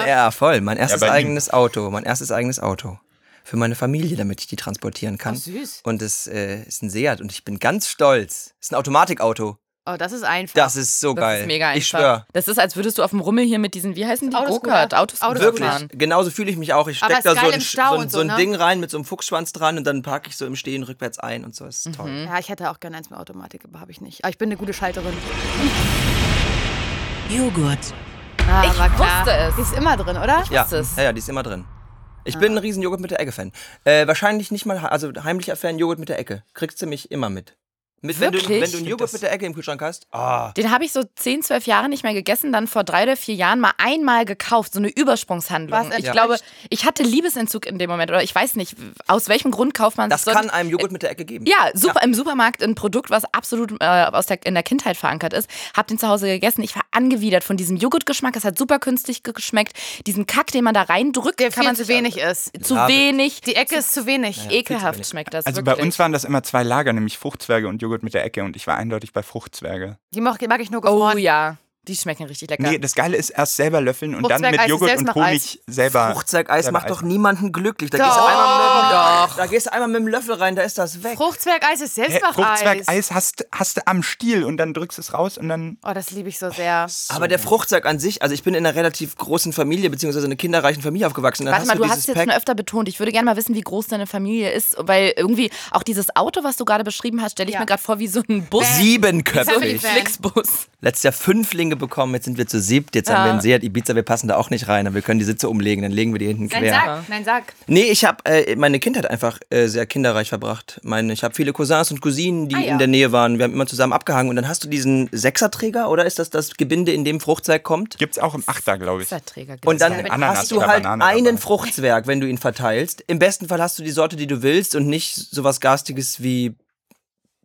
mein RA voll. Mein erstes bei ihm. eigenes Auto. Mein erstes eigenes Auto. Für meine Familie, damit ich die transportieren kann. Oh, süß. Und es äh, ist ein Seat und ich bin ganz stolz. Es ist ein Automatikauto. Oh, das ist einfach. Das ist so Das geil. ist mega einfach. ich schwöre. Das ist, als würdest du auf dem Rummel hier mit diesen, wie heißen die? Autoscooter. Go-Kart, Autoscooter Wirklich, fahren. genauso fühle ich mich auch. Ich Aber stecke ist da so geil ein, im so Stau ein, und so so, ein ne? Ding rein mit so einem Fuchsschwanz dran und dann parke ich so im Stehen rückwärts ein und so. Das Mhm. ist toll. ja, ich hätte auch gerne eins mit Automatik, aber habe ich nicht. Aber ich bin eine gute Schalterin. Joghurt. Ah, Ich war klar. wusste es. Die ist immer drin, oder? Ja, Ist es? ja, ja, die ist Ah. immer drin. Ich bin ein riesen Joghurt mit der Ecke-Fan. Äh, wahrscheinlich nicht mal, also heimlicher Fan Joghurt mit der Ecke. Kriegst du mich immer mit. mit wenn, du, Wirklich? wenn du einen Joghurt mit der Ecke im Kühlschrank hast, ah, Den habe ich so 10, 12 Jahre nicht mehr gegessen, dann vor drei oder vier Jahren mal einmal gekauft, so eine Übersprungshandlung. Was ich enttäuscht. glaube, ich hatte Liebesentzug in dem Moment oder ich weiß nicht, aus welchem Grund kauft man das so kann einem Joghurt mit der Ecke geben. ja, super im Supermarkt ein Produkt, was absolut äh, aus der, in der Kindheit verankert ist. Hab den zu Hause gegessen. Ich war angewidert von diesem Joghurtgeschmack. Es hat super künstlich ge- geschmeckt. Diesen Kack, den man da reindrückt, Der kann man viel zu sich- wenig ist. Zu Love it. wenig. Die Ecke ist zu wenig. ekelhaft schmeckt das. also bei wirklich. uns waren das immer zwei Lager, nämlich Fruchtzwerge und Joghurt mit der Ecke und ich war eindeutig bei Fruchtzwerge. Die mag, mag ich nur Oh gefroren. ja, die schmecken richtig lecker. Nee, das Geile ist erst selber löffeln und dann mit Fruchtzwergeis ist Joghurt und Selbstmacheis. Honig Ah, selber. Fruchtzeug-Eis selber macht doch Eis. niemanden glücklich. Da, Doch. Gehst du einmal mit, dem- da gehst du einmal mit dem Löffel rein, da ist das weg. Fruchtzwergeis ist Hä, Selbstmacheis. Fruchtzwergeis hast, hast du am Stiel und dann drückst es raus und dann. Oh, das liebe ich so sehr. Aber der Fruchtsack an sich, also ich bin in einer relativ großen Familie, beziehungsweise einer kinderreichen Familie aufgewachsen. Dann Warte mal, hast du, du hast es dieses jetzt Pack. schon öfter betont. Ich würde gerne mal wissen, wie groß deine Familie ist, weil irgendwie auch dieses Auto, was du gerade beschrieben hast, stelle ich Ja. mir gerade vor wie so ein Bus. Siebenköpfig. Family Van. Flixbus. Letztes Jahr Fünflinge Liege bekommen, jetzt sind wir zu siebt, jetzt haben wir einen See at Ibiza, wir passen da auch nicht rein, aber wir können die Sitze umlegen, dann legen wir die hinten Nein, quer. sag, nein, sag. Nee, ich habe äh, meine Kindheit einfach äh, sehr kinderreich verbracht. Meine, ich habe viele Cousins und Cousinen, die Ah, ja. in der Nähe waren. Wir haben immer zusammen abgehangen und dann hast du diesen Sechserträger oder ist das das Gebinde, in dem Fruchtzeug kommt? Gibt's auch im Achter, glaube ich. Wasserträger Und dann gibt's Ananas hast du oder halt Banane einen dabei. Fruchtzwerg, wenn du ihn verteilst. Im besten Fall hast du die Sorte, die du willst und nicht sowas Garstiges wie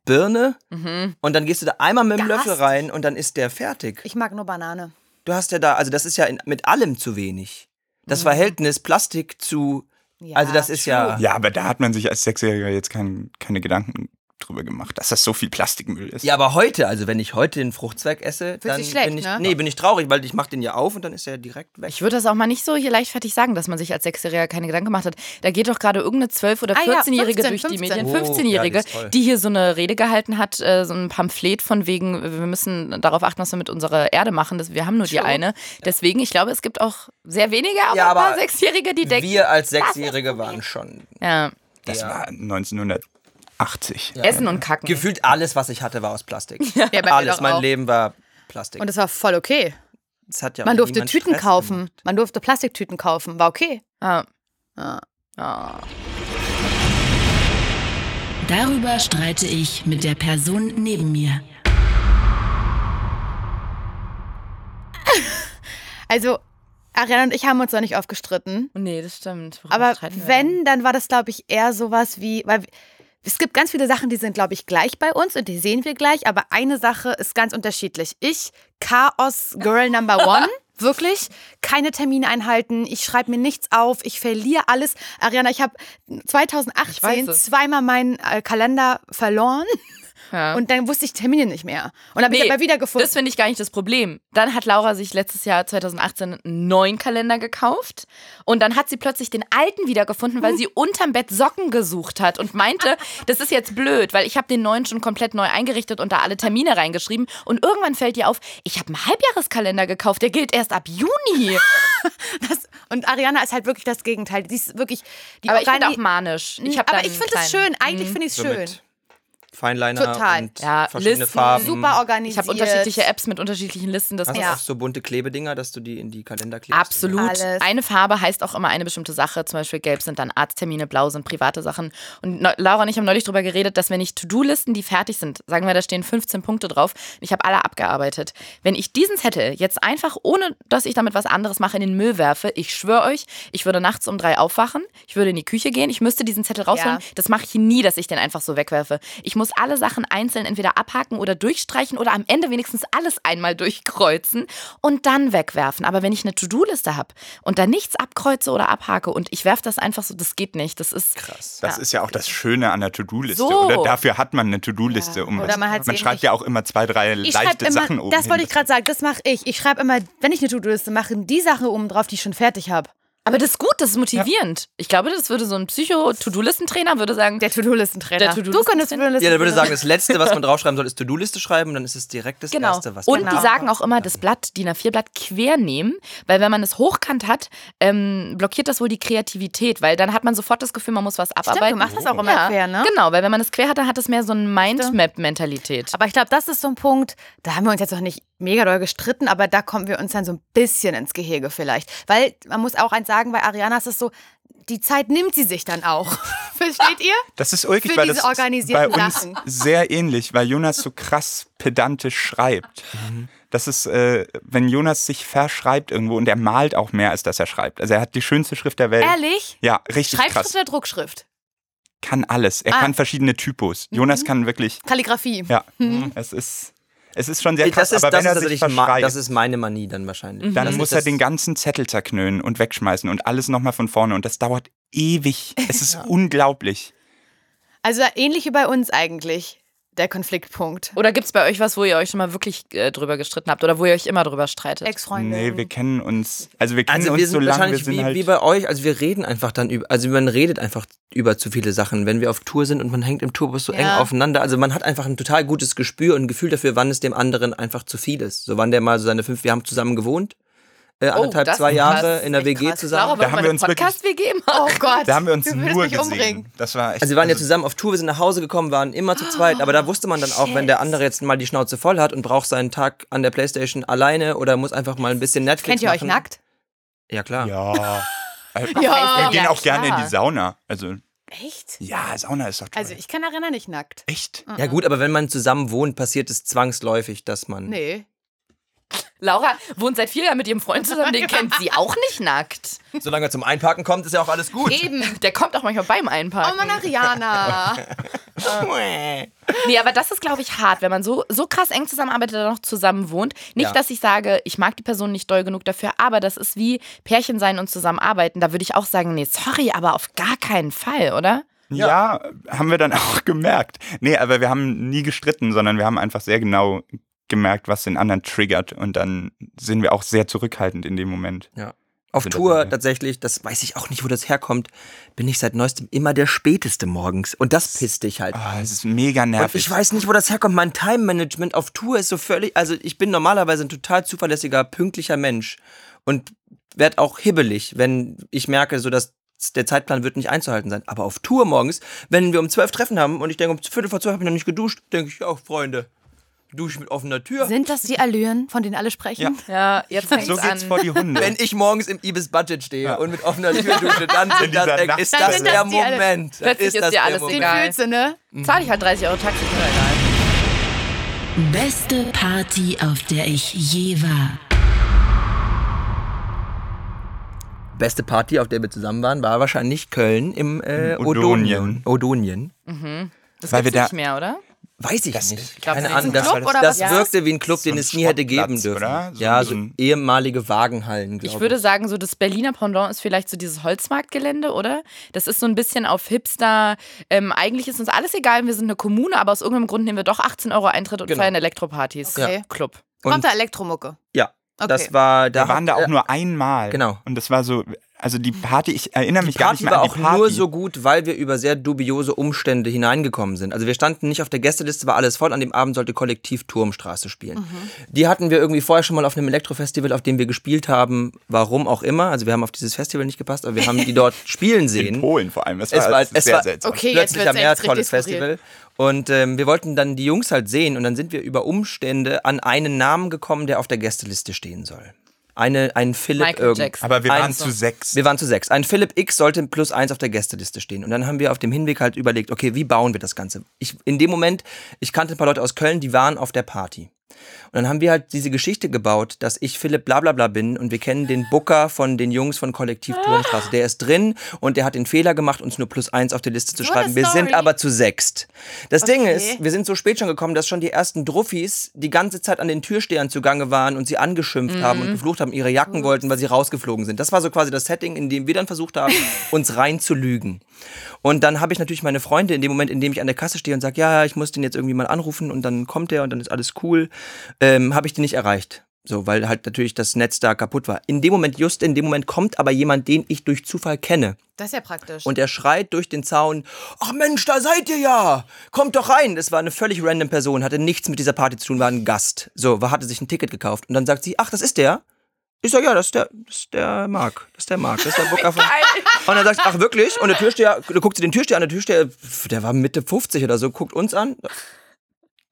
Birne. Mhm. Und dann gehst du da einmal mit dem Löffel rein und dann ist der fertig. Ich mag nur Banane. Du hast ja da, also das ist ja in, mit allem zu wenig. Das Verhältnis Plastik zu, Mhm. Ja, also das ist ja, ja. Ja, aber da hat man sich als Sechsjähriger jetzt kein, keine Gedanken drüber gemacht, dass das so viel Plastikmüll ist. aber heute, also wenn ich heute einen Fruchtzwerg esse, dann dich schlecht, bin ich, ne? nee, bin ich traurig, weil ich mach den ja auf und dann ist er direkt weg. Ich würde das auch mal nicht so hier leichtfertig sagen, dass man sich als Sechsjähriger keine Gedanken gemacht hat. Da geht doch gerade irgendeine 12- oder Ah ja, 15, 14-Jährige durch die 15. Medien, Oh, 15-Jährige, ja, die ist toll. die hier so eine Rede gehalten hat, äh, so ein Pamphlet von wegen, wir müssen darauf achten, was wir mit unserer Erde machen. Das, wir haben nur die eine. Deswegen, ich glaube, es gibt auch sehr wenige, aber, Ja, ein paar aber Sechsjährige, die denken. Wir als Sechsjährige waren schon Mhm. ja, das war 1980. Essen und Kacken. Gefühlt alles, was ich hatte, war <laughs> aus Plastik. bei mir alles, doch mein auch. Leben war Plastik. Und das war voll okay. das hat ja Man auch durfte niemand Tüten Stress kaufen. gemacht. Man durfte Plastiktüten kaufen. War okay. Ah. Darüber streite ich mit der Person neben mir. Also, Ariane und ich haben uns da nicht oft gestritten. Oh Nee, das stimmt. Worüber Aber streiten wir denn? wenn, dann war das, glaube ich, eher sowas wie, weil es gibt ganz viele Sachen, die sind, glaube ich, gleich bei uns und die sehen wir gleich, aber eine Sache ist ganz unterschiedlich. Ich, Chaos Girl <laughs> Number One. Wirklich, keine Termine einhalten, ich schreibe mir nichts auf, ich verliere alles. Ariana, ich habe Ich weiß 2018 es. zweimal meinen äh, Kalender verloren Ja. und dann wusste ich Termine nicht mehr. Und habe ich aber wiedergefunden. Das finde ich gar nicht das Problem. Dann hat Laura sich letztes Jahr 2018 einen neuen Kalender gekauft und dann hat sie plötzlich den alten wiedergefunden, weil sie unterm Bett Socken gesucht hat <laughs> und meinte, das ist jetzt blöd, weil ich habe den neuen schon komplett neu eingerichtet und da alle Termine reingeschrieben und irgendwann fällt ihr auf, ich habe einen Halbjahreskalender gekauft, der gilt erst <laughs> ab Juni. Das, und Ariana ist halt wirklich das Gegenteil. Die ist wirklich. Die Aber ich bin Organi- auch manisch. Ich hab da aber einen ich finde es kleinen- Mhm. schön. Eigentlich finde ich es So schön. mit Feinliner Total. und Ja, verschiedene Listen, Farben. Super organisiert. Ich habe unterschiedliche Apps mit unterschiedlichen Listen, das Hast du Ja. auch so bunte Klebedinger, dass du die in die Kalender klebst? Absolut. Alles. Eine Farbe heißt auch immer eine bestimmte Sache. Zum Beispiel gelb sind dann Arzttermine, blau sind private Sachen. Und ne- Laura und ich haben neulich darüber geredet, dass wenn ich To-Do-Listen, die fertig sind, sagen wir, da stehen 15 Punkte drauf, und ich habe alle abgearbeitet. Wenn ich diesen Zettel jetzt einfach, ohne dass ich damit was anderes mache, in den Müll werfe, ich schwöre euch, ich würde nachts um drei aufwachen, ich würde in die Küche gehen, ich müsste diesen Zettel rausholen. Ja. Das mache ich nie, dass ich den einfach so wegwerfe. Ich muss alle Sachen einzeln entweder abhaken oder durchstreichen oder am Ende wenigstens alles einmal durchkreuzen und dann wegwerfen. Aber wenn ich eine To-Do-Liste habe und da nichts abkreuze oder abhake und ich werfe das einfach so, das geht nicht. Das ist krass. Das ist ja auch das Schöne an der To-Do-Liste. So. Oder dafür hat man eine To-Do-Liste. Um Oder was- man hat's eben schreibt nicht- ja auch immer zwei, drei Ich schreibe leichte immer, Sachen oben. das wollte hin. ich gerade sagen, das mache ich. Ich schreibe immer, wenn ich eine To-Do-Liste mache, die Sachen oben drauf, die ich schon fertig habe. Aber das ist gut, das ist motivierend. Ich glaube, das würde so ein Psycho-To-Do-Listen-Trainer würde sagen, Der To-Do-Listentrainer. Der Du To-Do-Listen- könntest To-Do-Listen. Ja, dann würde ich sagen, das Letzte, was man draufschreiben soll, ist To-Do-Liste schreiben und dann ist es direkt das Genau. Erste, was und man die sagen auch immer, das Blatt, DIN A4-Blatt quer nehmen, weil wenn man es hochkant hat, ähm, blockiert das wohl die Kreativität, weil dann hat man sofort das Gefühl, man muss was abarbeiten. Stimmt, du machst das auch immer quer, ne? Genau, weil wenn man es quer hat, dann hat es mehr so eine Mindmap-Mentalität. Aber ich glaube, das ist so ein Punkt, da haben wir uns jetzt noch nicht mega doll gestritten, aber da kommen wir uns dann so ein bisschen ins Gehege vielleicht. Weil man muss auch eins sagen, bei Ariana ist es so, die Zeit nimmt sie sich dann auch. <laughs> Versteht ihr? Das ist ulkig, Für weil diese das ist bei organisierten uns Sachen. sehr ähnlich, weil Jonas so krass pedantisch schreibt. Das ist, äh, wenn Jonas sich verschreibt irgendwo und er malt auch mehr, als dass er schreibt. Also er hat die schönste Schrift der Welt. Ehrlich? Ja, richtig Schreibschrift krass. oder Druckschrift? Kann alles. Er Ah. Mhm. kann verschiedene Typos. Jonas kann wirklich, Kalligrafie. ja, Mhm. es ist, es ist schon sehr krass. Das ist, aber das wenn ist er sich tatsächlich ma- verschreibt, das ist meine Manie dann wahrscheinlich. Mhm. dann Das muss ist er das- den ganzen Zettel zerknüllen und wegschmeißen und alles nochmal von vorne und das dauert ewig. <laughs> Es ist unglaublich. Also ähnlich wie bei uns eigentlich, der Konfliktpunkt. Oder gibt es bei euch was, wo ihr euch schon mal wirklich äh, drüber gestritten habt oder wo ihr euch immer drüber streitet? Ex-Freunde. Mhm. Nee, wir kennen uns, also wir kennen Also uns wir sind so lange, wir wahrscheinlich sind wie, halt wie bei euch, also wir reden einfach dann über, also man redet einfach über zu viele Sachen, wenn wir auf Tour sind und man hängt im Tourbus so eng Ja. aufeinander, also man hat einfach ein total gutes Gespür und ein Gefühl dafür, wann es dem anderen einfach zu viel ist. So wann der mal so seine fünf, wir haben zusammen gewohnt, äh, anderthalb, Oh, das zwei ist Jahre krass. in der Echt WG krass. zusammen. Da haben wir uns wirklich- Podcast-WG Oh Gott. <laughs> Da haben wir uns ich will das nur nicht gesehen. umbringen. Das war echt, Also wir waren ja zusammen auf Tour, wir sind nach Hause gekommen, waren immer zu zweit, Oh, aber da wusste man dann auch, wenn der andere jetzt mal die Schnauze voll hat und braucht seinen Tag an der Playstation alleine oder muss einfach mal ein bisschen Netflix Kennt ihr euch machen. nackt? Ja, <laughs> klar. Ja. Also, Ja, wir gehen ja, auch gerne in klar. die Sauna. Also, Echt? ja, Sauna ist doch toll. Also ich kann Arena nicht nackt. echt? Ja gut, aber wenn man zusammen wohnt, passiert es zwangsläufig, dass man... Nee. <laughs> Laura wohnt seit vier Jahren mit ihrem Freund zusammen, den kennt sie auch nicht nackt. Solange er zum Einparken kommt, ist ja auch alles gut. <laughs> Eben. <laughs> Der kommt auch manchmal beim Oh Einparken. Mann, Ariana. Nee, aber das ist, glaube ich, hart, wenn man so, so krass eng zusammenarbeitet und noch zusammen wohnt. Nicht, Ja. dass ich sage, ich mag die Person nicht doll genug dafür, aber das ist wie Pärchen sein und zusammenarbeiten. Da würde ich auch sagen, nee, sorry, aber auf gar keinen Fall, oder? Ja. haben wir dann <laughs> auch gemerkt. Nee, aber wir haben nie gestritten, sondern wir haben einfach sehr genau gemerkt, was den anderen triggert. Und dann sind wir auch sehr zurückhaltend in dem Moment. Ja. Auf Sind das Tour nicht, ja. tatsächlich, das weiß ich auch nicht, wo das herkommt, bin ich seit neuestem immer der Späteste morgens. Und das pisst dich halt. Ah, es ist mega Und nervig. ich weiß nicht, wo das herkommt. Mein Time-Management auf Tour ist so völlig. Also, ich bin normalerweise ein total zuverlässiger, pünktlicher Mensch und werd auch hibbelig, wenn ich merke, so dass der Zeitplan wird nicht einzuhalten sein. Aber auf Tour morgens, wenn wir um zwölf Treffen haben und ich denke, um viertel vor zwölf habe ich noch nicht geduscht, denke ich auch, Freunde, dusche ich mit offener <laughs> Tür. Sind das die Allüren, von denen alle sprechen? Ja. Ja, <laughs> jetzt fängt's so geht's an. vor die Hunde. wenn ich morgens im Ibis Budget stehe und mit offener Tür dusche, dann sind dieser das, ist das Nachtwelle. Dann sind der das die alle- Moment. Dann Plötzlich ist das dir der alles Moment. Den Egal. fühlst du, ne? Zahle ich halt 30 Euro Taxi, ist mir egal. Beste Party, auf der ich je war. beste Party, auf der wir zusammen waren, war wahrscheinlich Köln im äh, Odonien. Odonien. Odonien. Das Weil wir gibt's da- nicht mehr, oder? Weiß ich nicht. Keine nicht. Ahnung. Ist ein Das, Club oder das was? wirkte wie ein Club, So ein den es nie hätte Schrottplatz, geben dürfen. oder? So ja, ein so bisschen- ehemalige Wagenhallen, glaube ich. Ich würde sagen, so das Berliner Pendant ist vielleicht so dieses Holzmarktgelände, oder? Das ist so ein bisschen auf Hipster. Ähm, eigentlich ist uns alles egal, wir sind eine Kommune, aber aus irgendeinem Grund nehmen wir doch 18 Euro Eintritt und Genau. feiern Elektropartys. Okay. Ja. Club. Kommt Und- da Elektromucke. ja, Okay. das war. Da äh, wir waren da auch nur einmal. genau. Und das war so, also die Party, ich erinnere mich Die gar Party nicht mehr war an die auch Party. nur so gut, weil wir über sehr dubiose Umstände hineingekommen sind. Also wir standen nicht auf der Gästeliste, war alles voll. An dem Abend sollte Kollektiv Turmstraße spielen. Die hatten wir irgendwie vorher schon mal auf einem Elektrofestival, auf dem wir gespielt haben. Warum auch immer. Also wir haben auf dieses Festival nicht gepasst, aber wir haben die dort <laughs> spielen sehen. in Polen vor allem. Es Es war, war- es es sehr war- seltsam. Okay, jetzt plötzlich wird's am Meer, echt richtig tolles skurril. Festival. Und ähm, wir wollten dann die Jungs halt sehen und dann sind wir über Umstände an einen Namen gekommen, der auf der Gästeliste stehen soll. Eine, ein Philipp Michael irgend- Jackson. Aber wir ein- waren zu sechs. Wir waren zu sechs. Ein Philipp X sollte plus eins auf der Gästeliste stehen. Und dann haben wir auf dem Hinweg halt überlegt, okay, wie bauen wir das Ganze? Ich, in dem Moment, ich kannte ein paar Leute aus Köln, die waren auf der Party. Und dann haben wir halt diese Geschichte gebaut, dass ich Philipp blablabla bin und wir kennen den Booker von den Jungs von Kollektiv Ah. Turmstraße. Der ist drin und der hat den Fehler gemacht, uns nur plus eins auf die Liste zu So schreiben. eine Wir sind Story. aber zu sechst. Das Ding Okay. ist, wir sind so spät schon gekommen, dass schon die ersten Druffis die ganze Zeit an den Türstehern zugange waren und sie angeschimpft haben und Mhm. geflucht haben, ihre Jacken wollten, weil sie rausgeflogen sind. Das war so quasi das Setting, in dem wir dann <laughs> versucht haben, uns rein zu lügen. Und dann habe ich natürlich meine Freunde in dem Moment, in dem ich an der Kasse stehe und sage, ja, ich muss den jetzt irgendwie mal anrufen und dann kommt er und dann ist alles cool, ähm, habe ich den nicht erreicht. So, weil halt natürlich das Netz da kaputt war. In dem Moment, just in dem Moment kommt aber jemand, den ich durch Zufall kenne. Das ist ja praktisch. Und er schreit durch den Zaun, ach Mensch, da seid ihr ja, kommt doch rein. Das war eine völlig random Person, hatte nichts mit dieser Party zu tun, war ein Gast. So, war- hatte sich ein Ticket gekauft. Und dann sagt sie, ach, das ist der? Ich sag, ja, das ist der, das ist der Marc, das ist der Marc, das ist der Booker von... Und dann sagt sie, ach wirklich? Und der Türsteher, du guckst dir den Türsteher an, der Türsteher, pf, der war Mitte 50 oder so, guckt uns an.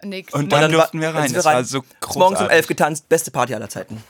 Nix. Und dann, war- durften wir rein. sind Das war so Ist Morgens um großartig. elf getanzt, beste Party aller Zeiten.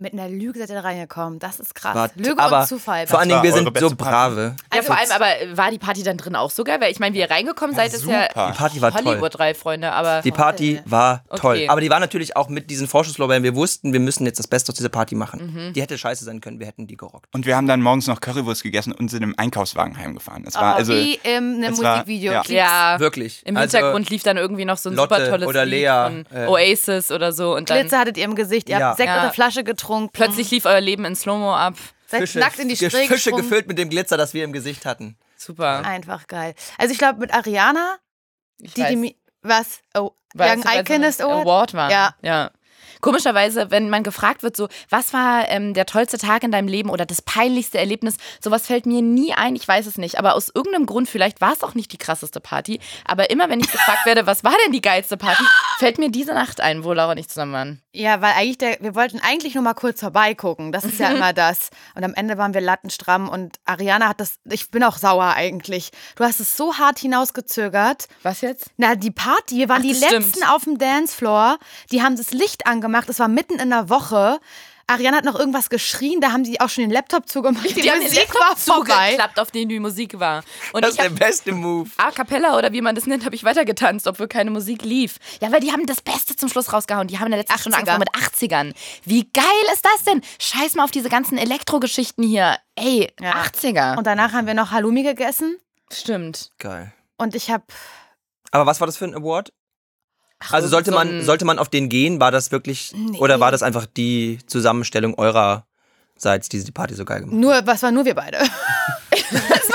Mit einer Lüge seid ihr da reingekommen. Das ist krass. War- Lüge aber und Zufall. Vor allen Dingen, war wir eure sind beste so Party. brave. Ja, vor allem, aber äh, war die Party dann drin auch so geil? Weil ich meine, wie ihr reingekommen seid, ist ja super. Die Party war toll. Hollywood drei Freunde, aber Die Party war toll. Okay. Aber die war natürlich auch mit diesen Vorschusslorbeeren. Wir wussten, wir müssen jetzt das Beste aus dieser Party Mhm. machen. Die hätte scheiße sein können, wir hätten die gerockt. Und wir haben dann morgens noch Currywurst gegessen und sind im Einkaufswagen heimgefahren. Es war Aber also Ah, wie in einem es war- Musikvideo. ja. Klicks. ja, Wirklich. Im Also, Hintergrund lief dann irgendwie noch so ein Lotte super tolles oder Lied Lea, von äh, Oasis oder so und dann Glitzer hattet ihr im Gesicht. Ihr Ja. habt Sekt Ja. aus der Flasche getrunken. plötzlich lief euer Leben in Slow-Mo ab. seid nackt in die Ge- Spree Also, Fische gesprungen. gefüllt mit dem Glitzer, das wir im Gesicht hatten. Super. Einfach geil. Also ich glaube, mit Ariana, Ich die, weiß. die mi- was? Oh, Weil Young es ja so ein Iconist Award? Award war. Ja. ja. komischerweise, wenn man gefragt wird, so, was war ähm, der tollste Tag in deinem Leben oder das peinlichste Erlebnis, sowas fällt mir nie ein, ich weiß es nicht. Aber aus irgendeinem Grund, vielleicht war es auch nicht die krasseste Party, aber immer wenn ich gefragt werde, was war denn die geilste Party, fällt mir diese Nacht ein, wo Laura und ich zusammen waren. Ja, weil eigentlich der, wir wollten eigentlich nur mal kurz vorbeigucken. Das <laughs> ist ja immer das. Und am Ende waren wir lattenstramm und Ariana hat das. Ich bin auch sauer eigentlich. Du hast es so hart hinausgezögert. Was jetzt? Na, die Party, wir waren Ach, die das stimmt. letzten auf dem Dancefloor. Die haben das Licht angemacht. Es war mitten in der Woche. Ariana hat noch irgendwas geschrien, da haben die auch schon den Laptop zugemacht. Die, haben den Musik war Laptop vorbei. zugeklappt, auf den die Musik war. Und Das ist ich der hab, beste Move. A Cappella oder wie man das nennt, habe ich weitergetanzt, obwohl keine Musik lief. Ja, weil die haben das Beste zum Schluss rausgehauen. Die haben in der letzten Stunde 80er. angefangen mit 80ern. Wie geil ist das denn? Scheiß mal auf diese ganzen Elektrogeschichten hier. Ey, Ja. 80er. Und danach haben wir noch Halloumi gegessen Stimmt. Geil. und ich habe Aber was war das für ein Award? Also sollte man, sollte man auf den gehen? War das wirklich, oder war das einfach die Zusammenstellung eurerseits, die die Party so geil gemacht nur, was war nur wir beide?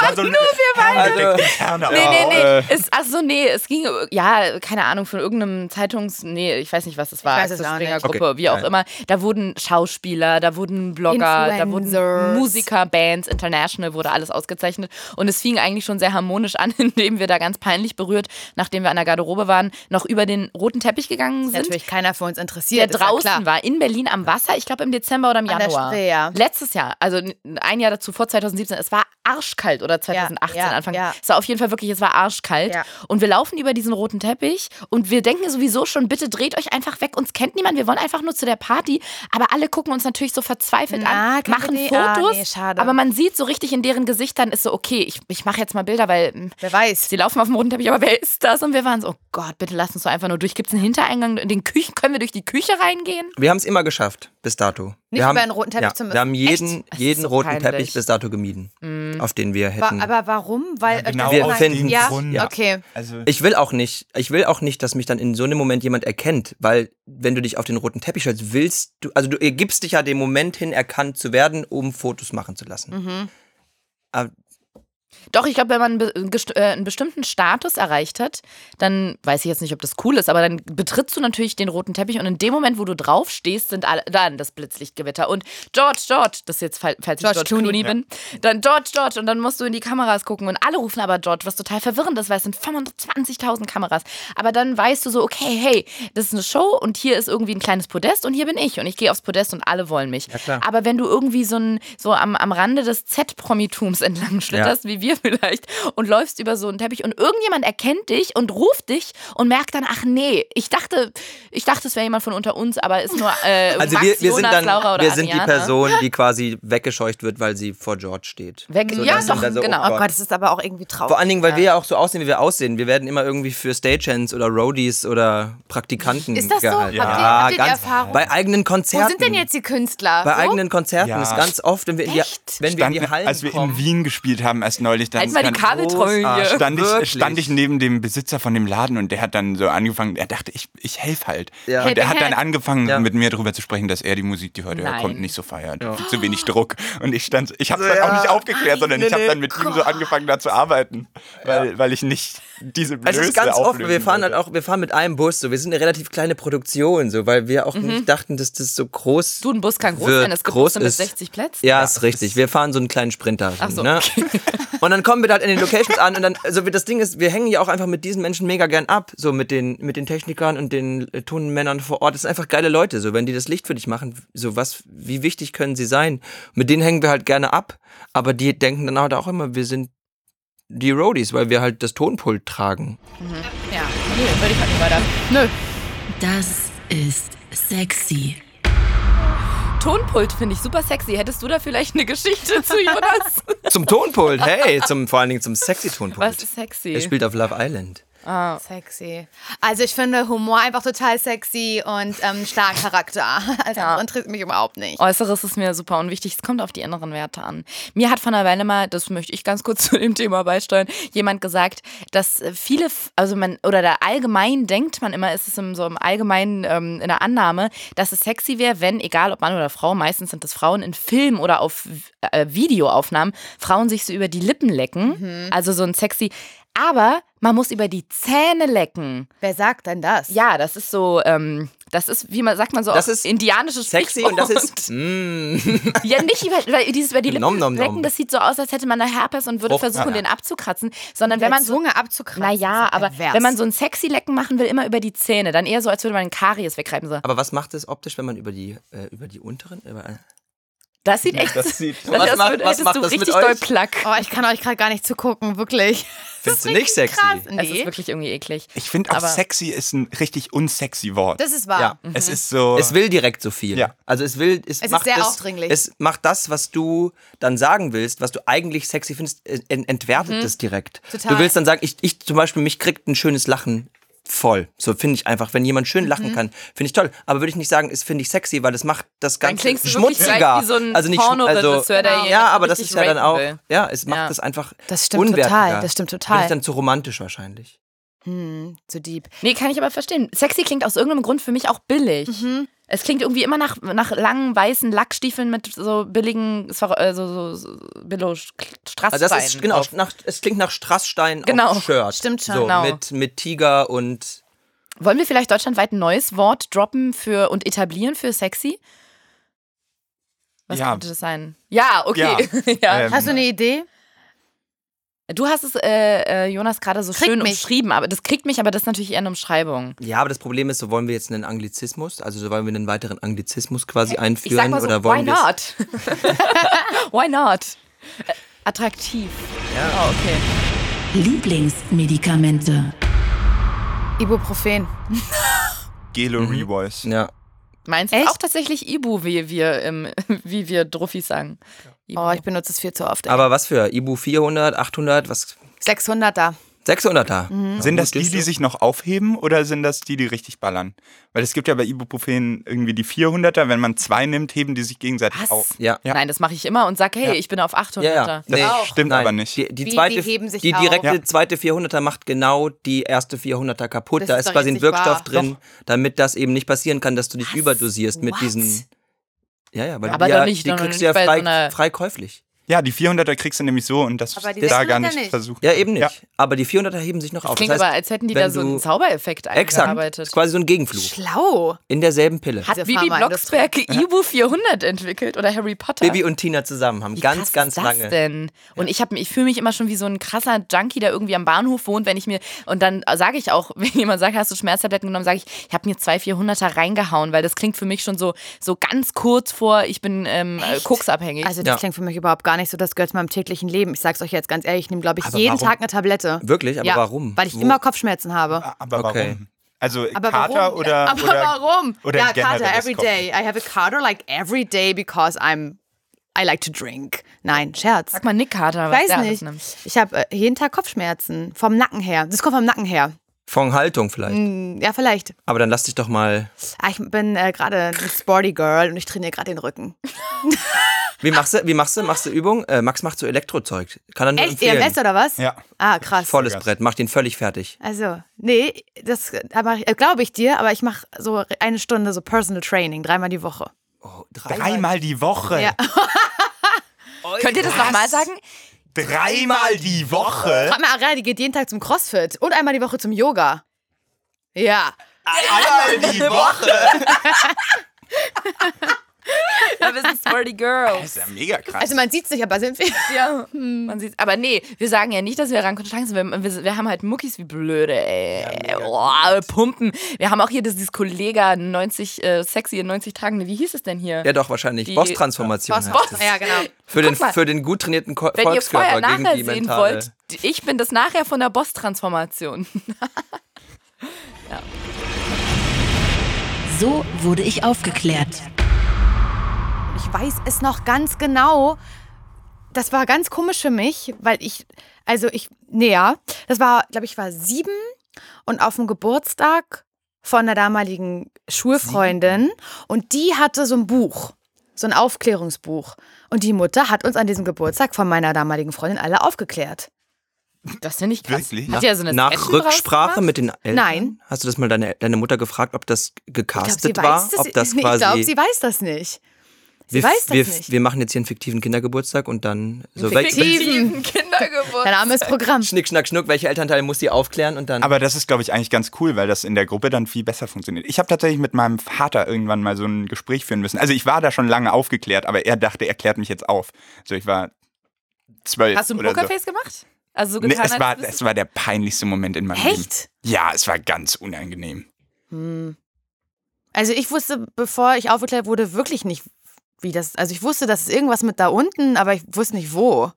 Also, nur wir beide. Also- Genau. Nee, nee, Äh, nee. Ist, also nee, es ging, ja, keine Ahnung, von irgendeinem Zeitungs-, nee, ich weiß nicht, was das war. Ich weiß es auch nicht. Gruppe, Okay, wie auch geil. immer. Da wurden Schauspieler, da wurden Blogger, da Influencers. wurden Musiker, Bands, International wurde alles ausgezeichnet. Und es fing eigentlich schon sehr harmonisch an, <laughs> indem wir da ganz peinlich berührt, nachdem wir an der Garderobe waren, noch über den roten Teppich gegangen sind. Natürlich keiner von uns interessiert. Der ist ja draußen klar. war, in Berlin am Wasser, ich glaube im Dezember oder im An der Januar. Spree, ja. Letztes Jahr, also ein Jahr dazu, vor 2017, es war arschkalt oder 2018 ja, Anfang. ja. Es war auf jeden Fall wirklich, es war arschkalt. Ja. Und wir laufen über diesen roten Teppich und wir denken sowieso schon, bitte dreht euch einfach weg. Uns kennt niemand, wir wollen einfach nur zu der Party. Aber alle gucken uns natürlich so verzweifelt Na, an, kennt machen ihr die? Ah, Fotos. nee, schade. Aber man sieht so richtig in deren Gesichtern, ist so, okay, ich, ich mache jetzt mal Bilder, weil hm, Wer weiß. Sie laufen auf dem roten Teppich, aber wer ist das? Und wir waren so, oh Gott, bitte lass uns so einfach nur durch. Gibt es einen Hintereingang? In den Küchen können wir durch die Küche reingehen? Wir haben es immer geschafft, bis dato. Nicht wir haben, über einen roten Teppich zu müssen. Wir haben jeden, Das ist jeden so roten peinlich. Teppich bis dato gemieden, auf den wir Mhm. Wa- hätten. aber warum? Weil Ja, genau Wir aus finden- dem ja, Grund. okay. Also, ich will auch nicht, ich will auch nicht, dass mich dann in so einem Moment jemand erkennt, weil wenn du dich auf den roten Teppich stellst, willst du, also du gibst dich ja dem Moment hin, erkannt zu werden, um Fotos machen zu lassen. Mhm. Aber Doch, ich glaube, wenn man einen be- gest- äh, einen bestimmten Status erreicht hat, dann weiß ich jetzt nicht, ob das cool ist, aber dann betrittst du natürlich den roten Teppich und in dem Moment, wo du drauf stehst, sind alle dann das Blitzlichtgewitter und George, George, das ist jetzt, fall- falls George ich George Clooney Clooney. bin, dann George, George und dann musst du in die Kameras gucken und alle rufen aber George, was total verwirrend ist, weil es sind 25.000 Kameras. Aber dann weißt du so, okay, hey, das ist eine Show und hier ist irgendwie ein kleines Podest und hier bin ich und ich gehe aufs Podest und alle wollen mich. klar. Aber wenn du irgendwie so, ein, so am, am Rande des Z-Promitums <laughs> entlang schlitterst, wie wir <laughs> vielleicht, und läufst über so einen Teppich und irgendjemand erkennt dich und ruft dich und merkt dann, ach nee, ich dachte, ich dachte, es wäre jemand von unter uns, aber ist nur äh, <laughs> Also Max, wir, wir sind Jonas, dann, Laura oder wir sind die ne? Ariana. <laughs> Person, die quasi weggescheucht wird, weil sie vor George steht. Weg, ja, dass man doch, da so, oh genau. Oh Gott, es ist aber auch irgendwie traurig. Vor allen Dingen, weil wir ja auch so aussehen, wie wir aussehen. Wir werden immer irgendwie für Stagehands oder Roadies oder Praktikanten Ist das so? Habt gehalten. ihr- habt ihr die Erfahrung? Bei eigenen Konzerten. Wo sind denn jetzt die Künstler? Bei so? eigenen Konzerten Ja. ist ganz oft, wenn wir in die, Echt? wenn wir in stand, ne, die Hallen als wir in kommen. Oh, Wien gespielt haben, erst neulich, dann Halt mal die stand- Kabeltrommel Ah, hier. stand, ich, Wirklich? stand ich neben dem Besitzer von dem Laden und der hat dann so angefangen, er dachte, ich, ich helfe halt. Ja. Und Help er hat dann hand. angefangen, Ja. mit mir darüber zu sprechen, dass er die Musik, die heute Nein. kommt, nicht so feiert. Zu wenig Druck. Und ich stand, ich habe es dann auch nicht aufgeklärt, sondern ich habe dann mit ihm so angefangen, da zu arbeiten, weil, weil ich nicht diese Es Blöße ist ganz oft, auflösen wir fahren wollte. halt auch, wir fahren mit einem Bus, so. wir sind eine relativ kleine Produktion, so, weil wir auch nicht dachten, dass das so groß Mhm. Du, ein Bus kann groß wird, sein, es gibt groß Busse mit ist. 60 Plätzen. Ja, ist richtig. Wir fahren so einen kleinen Sprinter. so, ne? <laughs> Und dann kommen wir da halt in den Locations an und dann, also wir- das Ding ist, wir hängen ja auch einfach mit diesen Menschen mega gern ab, so mit den, mit den Technikern und den äh, Tonmännern vor Ort. Das sind einfach geile Leute, so wenn die das Licht für dich machen, so was, wie wichtig können sie sein? Mit denen hängen wir halt gerne ab, aber die denken dann halt auch immer, wir sind die Roadies, weil wir halt das Tonpult tragen. Ja. Nö, würde ich halt nicht weiter. Nö. Das ist sexy. Tonpult finde ich super sexy. Hättest du da vielleicht eine Geschichte zu, Jonas? Zum Tonpult, hey, zum, vor allen Dingen zum sexy Was ist Tonpult. sexy? Er spielt auf Love Island. Sexy. Also ich finde Humor einfach total sexy und ähm, stark Charakter. <laughs> Also das interessiert mich überhaupt nicht. Äußeres ist mir super unwichtig. Es kommt auf die inneren Werte an. Mir hat von einer Weile mal, das möchte ich ganz kurz <laughs> zu dem Thema beisteuern, jemand gesagt, dass äh, viele, f- also man, oder da allgemein denkt man immer, ist es im, so im Allgemeinen ähm, in der Annahme, dass es sexy wäre, wenn, egal ob Mann oder Frau, meistens sind es Frauen in Filmen oder auf äh, Videoaufnahmen, Frauen sich so über die Lippen Mhm. lecken. Also so ein sexy. Aber man muss über die Zähne lecken. Wer sagt denn das? Ja, das ist so ähm, Das ist, wie man sagt man so, Das auf ist indianisches Sexy und das Sprichwort. ist. Mm, <laughs> Ja, nicht über, weil dieses über die Lippen Nom, nom, nom. lecken, das sieht so aus, als hätte man eine Herpes und würde Frucht, versuchen, ja, ja. den abzukratzen, sondern Wenn wenn man man so Zunge abzukratzen. naja, ist aber pervers. wenn man so ein sexy Lecken machen will, immer über die Zähne. Dann eher so, als würde man einen Karies wegreiben. So. aber was macht es optisch, wenn man über die, äh, über die unteren? Über, äh, Das sieht echt. Das sieht- <laughs> das Was ist, macht- was hättest macht du das mit richtig doll euch? Plack. Oh, ich kann euch gerade gar nicht zugucken, wirklich. Findest du nicht sexy? Krass. Das ist Oh, Nee. wirklich irgendwie eklig. Ich finde auch Aber- sexy ist ein richtig unsexy Wort. Das ist wahr. Ja. Mhm. es ist so. Es will direkt so viel. Also, Ja. Also es will, es, ist macht sehr das, aufdringlich. Es macht das, was du dann sagen willst, was du eigentlich sexy findest, en- entwertet es direkt. Total. Du willst dann sagen, ich, ich zum Beispiel, mich kriegt ein schönes Lachen voll. So finde ich einfach, wenn jemand schön lachen kann, finde ich toll. Aber würde ich nicht sagen, es finde ich sexy, weil das macht das Ganze klingst du wirklich schmutziger. gleich wie so ein also nicht schmu- Pornoregisseur, der also, jemanden ja, aber das richtig ist ja dann rapen auch, will. ja, es macht Ja. das einfach Das stimmt unwertiger. total, das stimmt total. Bin ich dann zu romantisch wahrscheinlich. Hm, zu deep. Nee, kann ich aber verstehen. Sexy klingt aus irgendeinem Grund für mich auch billig. Mhm. Es klingt irgendwie immer nach, nach langen weißen Lackstiefeln mit so billigen Swa- äh, so, so, so billo Strassbeinen. Also das ist genau, drauf. nach, es klingt nach Strassstein Genau. auf Shirt. Stimmt schon. So, Genau. mit, mit Tiger und Wollen wir vielleicht deutschlandweit ein neues Wort droppen für und etablieren für sexy? Was Ja. könnte das sein? Ja, okay. <laughs> Ja. Ähm, Hast du eine Idee? Du hast es, äh, äh, Jonas, gerade so Kriegt schön mich. umschrieben, aber das kriegt mich, aber das ist natürlich eher eine Umschreibung. Ja, aber das Problem ist, so wollen wir jetzt einen Anglizismus, also so wollen wir einen weiteren Anglizismus quasi einführen Ich sag mal so, oder wollen why wir es- not? <laughs> why not? Äh, Attraktiv. Ja. Oh, okay. Lieblingsmedikamente. Ibuprofen. Gelo Mhm. Revoice. Ja. Meinst du Echt? auch tatsächlich Ibu, wie wir, ähm, <laughs> wie wir Druffis sagen? Ibu. Oh, ich benutze es viel zu oft. Aber was für Ibu 400, 800, was 600 da. 600 da? Mhm. Ja, Sind gut, das die, siehst du. die sich noch aufheben oder sind das die, die richtig ballern? Weil es gibt ja bei Ibuprofen irgendwie die 400er, wenn man zwei nimmt, heben die sich gegenseitig Was? auf. Ja. Ja. Nein, das mache ich immer und sage, hey, Ja. ich bin auf 800. Ja, ja. Das stimmt nein. aber nicht. Die, die Wie- die zweite, heben sich die auf. direkte Ja. zweite 400er macht genau die erste 400er kaputt. Das da ist ist doch quasi jetzt ein nicht Wirkstoff wahr. drin, damit das eben nicht passieren kann, dass du dich Was? überdosierst mit What? diesen. Ja, ja, weil Aber die, doch ja, nicht- die doch kriegst nicht du ja bei frei, so einer- frei käuflich. Ja, die 400er kriegst du nämlich so und das Aber die da 600er gar nicht nicht. versuchen. Ja, eben nicht. Aber die 400er heben sich noch auf. Klingt das heißt, aber, als hätten die wenn da so einen du- Zaubereffekt Exakt. eingearbeitet. Ist quasi so ein Gegenfluch. Schlau. In derselben Pille. Hat Diese Bibi Pharmaindustrie. Blocksberg <laughs> Ibu 400 entwickelt oder Harry Potter? Bibi und Tina zusammen haben Wie krass ganz, ganz ist das lange. denn? Und ich, hab- ich fühle mich immer schon wie so ein krasser Junkie, der irgendwie am Bahnhof wohnt, wenn ich mir, und dann sage ich auch, <laughs> wenn jemand sagt, hast du Schmerztabletten genommen, sage ich, ich habe mir zwei 400er reingehauen, weil das klingt für mich schon so, so ganz kurz vor, ich bin ähm, äh, koksabhängig. Also das Ja. klingt für mich überhaupt gar nicht so, das gehört zu meinem täglichen Leben. Ich sag's euch jetzt ganz ehrlich, ich nehme, glaube ich, Aber jeden warum? Tag eine Tablette. Wirklich? Aber ja, warum? Weil ich Wo- immer Kopfschmerzen habe. Aber Okay. warum? Also Aber Kater warum? <laughs> oder. Aber oder, warum? Oder ja, ein generelles Kater, every Kopf. day. I have a Kater like every day because I'm I like to drink. Nein, Scherz. Sag mal Nick Carter, was Weiß der alles nicht. nimmt. Ich habe äh, jeden Tag Kopfschmerzen. Vom Nacken her. Das kommt vom Nacken her. Von Haltung vielleicht. Hm. Ja, vielleicht. Aber dann lass dich doch mal. Ah, Ich bin äh, gerade eine Sporty Girl und ich trainiere gerade den Rücken. Wie machst du, wie machst du, machst du Übung? Äh, Max macht so Elektrozeug. Kann er nur Echt? empfehlen. EMS oder was? Ja. Ah, krass. Volles Brett, macht ihn völlig fertig. Also, nee, das äh, glaube ich dir, aber ich mache so eine Stunde so Personal Training, dreimal die Woche. Oh, Dreimal die Woche. Ja. Könnt ihr das nochmal sagen? Dreimal die Woche. Frag mal Ariel, die geht jeden Tag zum Crossfit und einmal die Woche zum Yoga. Ja. Einmal die Woche. Ja, wir sind Sporty Girls. Das ist ja mega krass. Also man sieht sich, aber sind wir. Ja, Hm. man sieht's. Aber nee, wir sagen ja nicht, dass wir Rangkonstanz sind. Wir, wir, wir haben halt Muckis wie blöde, ey. Boah, Pumpen. Wir haben auch hier das, dieses Kollega 90, äh, sexy in 90 Tagen. Wie hieß es denn hier? Ja, doch, wahrscheinlich. Die- Boss-Transformation. heißt <laughs> es. Ja, genau. Für, den, mal. für den gut trainierten Ko Wenn ihr vorher Volkskörper gegen nachher die sehen mentale. um wollt, ich bin das nachher von der Boss-Transformation. <laughs> So wurde ich aufgeklärt. Ich weiß es noch ganz genau. Das war ganz komisch für mich, weil ich, also ich, nee, ja, das war, glaube ich, war sieben und auf dem Geburtstag von einer damaligen Schulfreundin und die hatte so ein Buch, so ein Aufklärungsbuch. Und die Mutter hat uns an diesem Geburtstag von meiner damaligen Freundin alle aufgeklärt. Das finde ich krass. Wirklich? Hat die ja so eine Nach Sketchen draus Rücksprache gemacht? mit den Eltern? Nein. Hast du das mal deine, deine Mutter gefragt, ob das Ich glaube, gecastet sie war? weiß das, ob das nee, ich quasi. glaube, sie weiß das nicht. Wir, weiß das wir, nicht. wir machen jetzt hier einen fiktiven Kindergeburtstag und dann so fiktiven- wel- Kindergeburtstag. Dein Name ist Programm. Schnick, schnack, schnuck, welche Elternteile muss sie aufklären und dann. Aber das ist, glaube ich, eigentlich ganz cool, weil das in der Gruppe dann viel besser funktioniert. Ich habe tatsächlich mit meinem Vater irgendwann mal so ein Gespräch führen müssen. Also ich war da schon lange aufgeklärt, aber er dachte, er klärt mich jetzt auf. So, ich war zwölf. Hast du ein oder so. Pokerface gemacht? Also so Nee, getan, es, als war, wüsstest es war der peinlichste Moment in meinem Leben. Echt? Ja, es war ganz unangenehm. Hm. Also ich wusste, bevor ich aufgeklärt wurde, wirklich nicht, wie das. Also ich wusste, dass es irgendwas mit da unten, aber ich wusste nicht wo.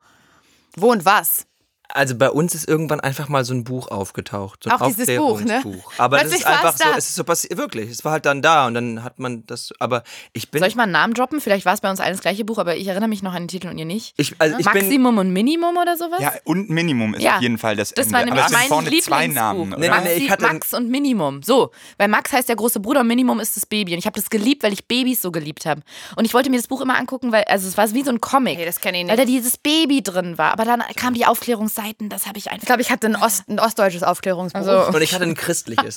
Wo und was. Also bei uns ist irgendwann einfach mal so ein Buch aufgetaucht. So ein Auch dieses Buch, ne? Aufklärungsbuch. Aber das Plötzlich ist war einfach es so, da. es ist so passiert, wirklich. Es war halt dann da und dann hat man das. Aber ich bin. Soll ich mal einen Namen droppen? Vielleicht war es bei uns allen das gleiche Buch, aber ich erinnere mich noch an den Titel und ihr nicht. ich, also ich bin Maximum und Minimum oder sowas? Ja, und Minimum ist Ja. auf jeden Fall das, Das Ende. war nämlich aber es sind mein vorne zwei Lieblingsbuch. Namen, Nee, oder? nee, Maxi, nee. ich hatte- Max und Minimum. So, weil Max heißt der große Bruder und Minimum ist das Baby. Und ich habe das geliebt, weil ich Babys so geliebt habe. Und ich wollte mir das Buch immer angucken, weil also es war wie so ein Comic. Hey, das kenn ich nicht. Weil da dieses Baby drin war. Aber dann kamen die Aufklärungsseiten, das habe ich Ich einfach. glaube, ich hatte ein, Ost, ein ostdeutsches Aufklärungsbuch. Also- Und ich hatte <laughs> ein christliches.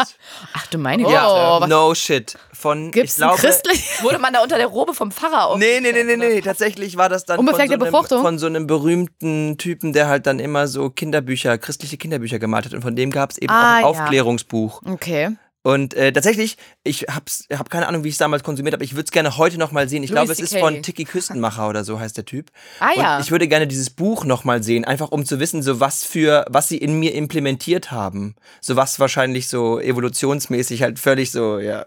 Ach du meine Güte. ja, Oh, was- no shit. Von, Gibt's ich ein glaube, christlich? <laughs> Wurde man da unter der Robe vom Pfarrer auf? Nee, nee, nee, nee, nee. Tatsächlich war das dann von so, Unbefleckte einem, Befruchtung? von so einem berühmten Typen, der halt dann immer so Kinderbücher, christliche Kinderbücher gemalt hat. Und von dem gab es eben Ah, auch ein ja. Aufklärungsbuch. Okay. Und äh, tatsächlich, ich hab's, hab keine Ahnung, wie ich es damals konsumiert habe. Ich würde es gerne heute nochmal sehen. Ich Louis glaube, es ist CK. von Tiki Küstenmacher oder so heißt der Typ. Ah, ja. Und ich würde gerne dieses Buch nochmal sehen, einfach um zu wissen, so was für, was sie in mir implementiert haben. So was wahrscheinlich so evolutionsmäßig halt völlig so, ja.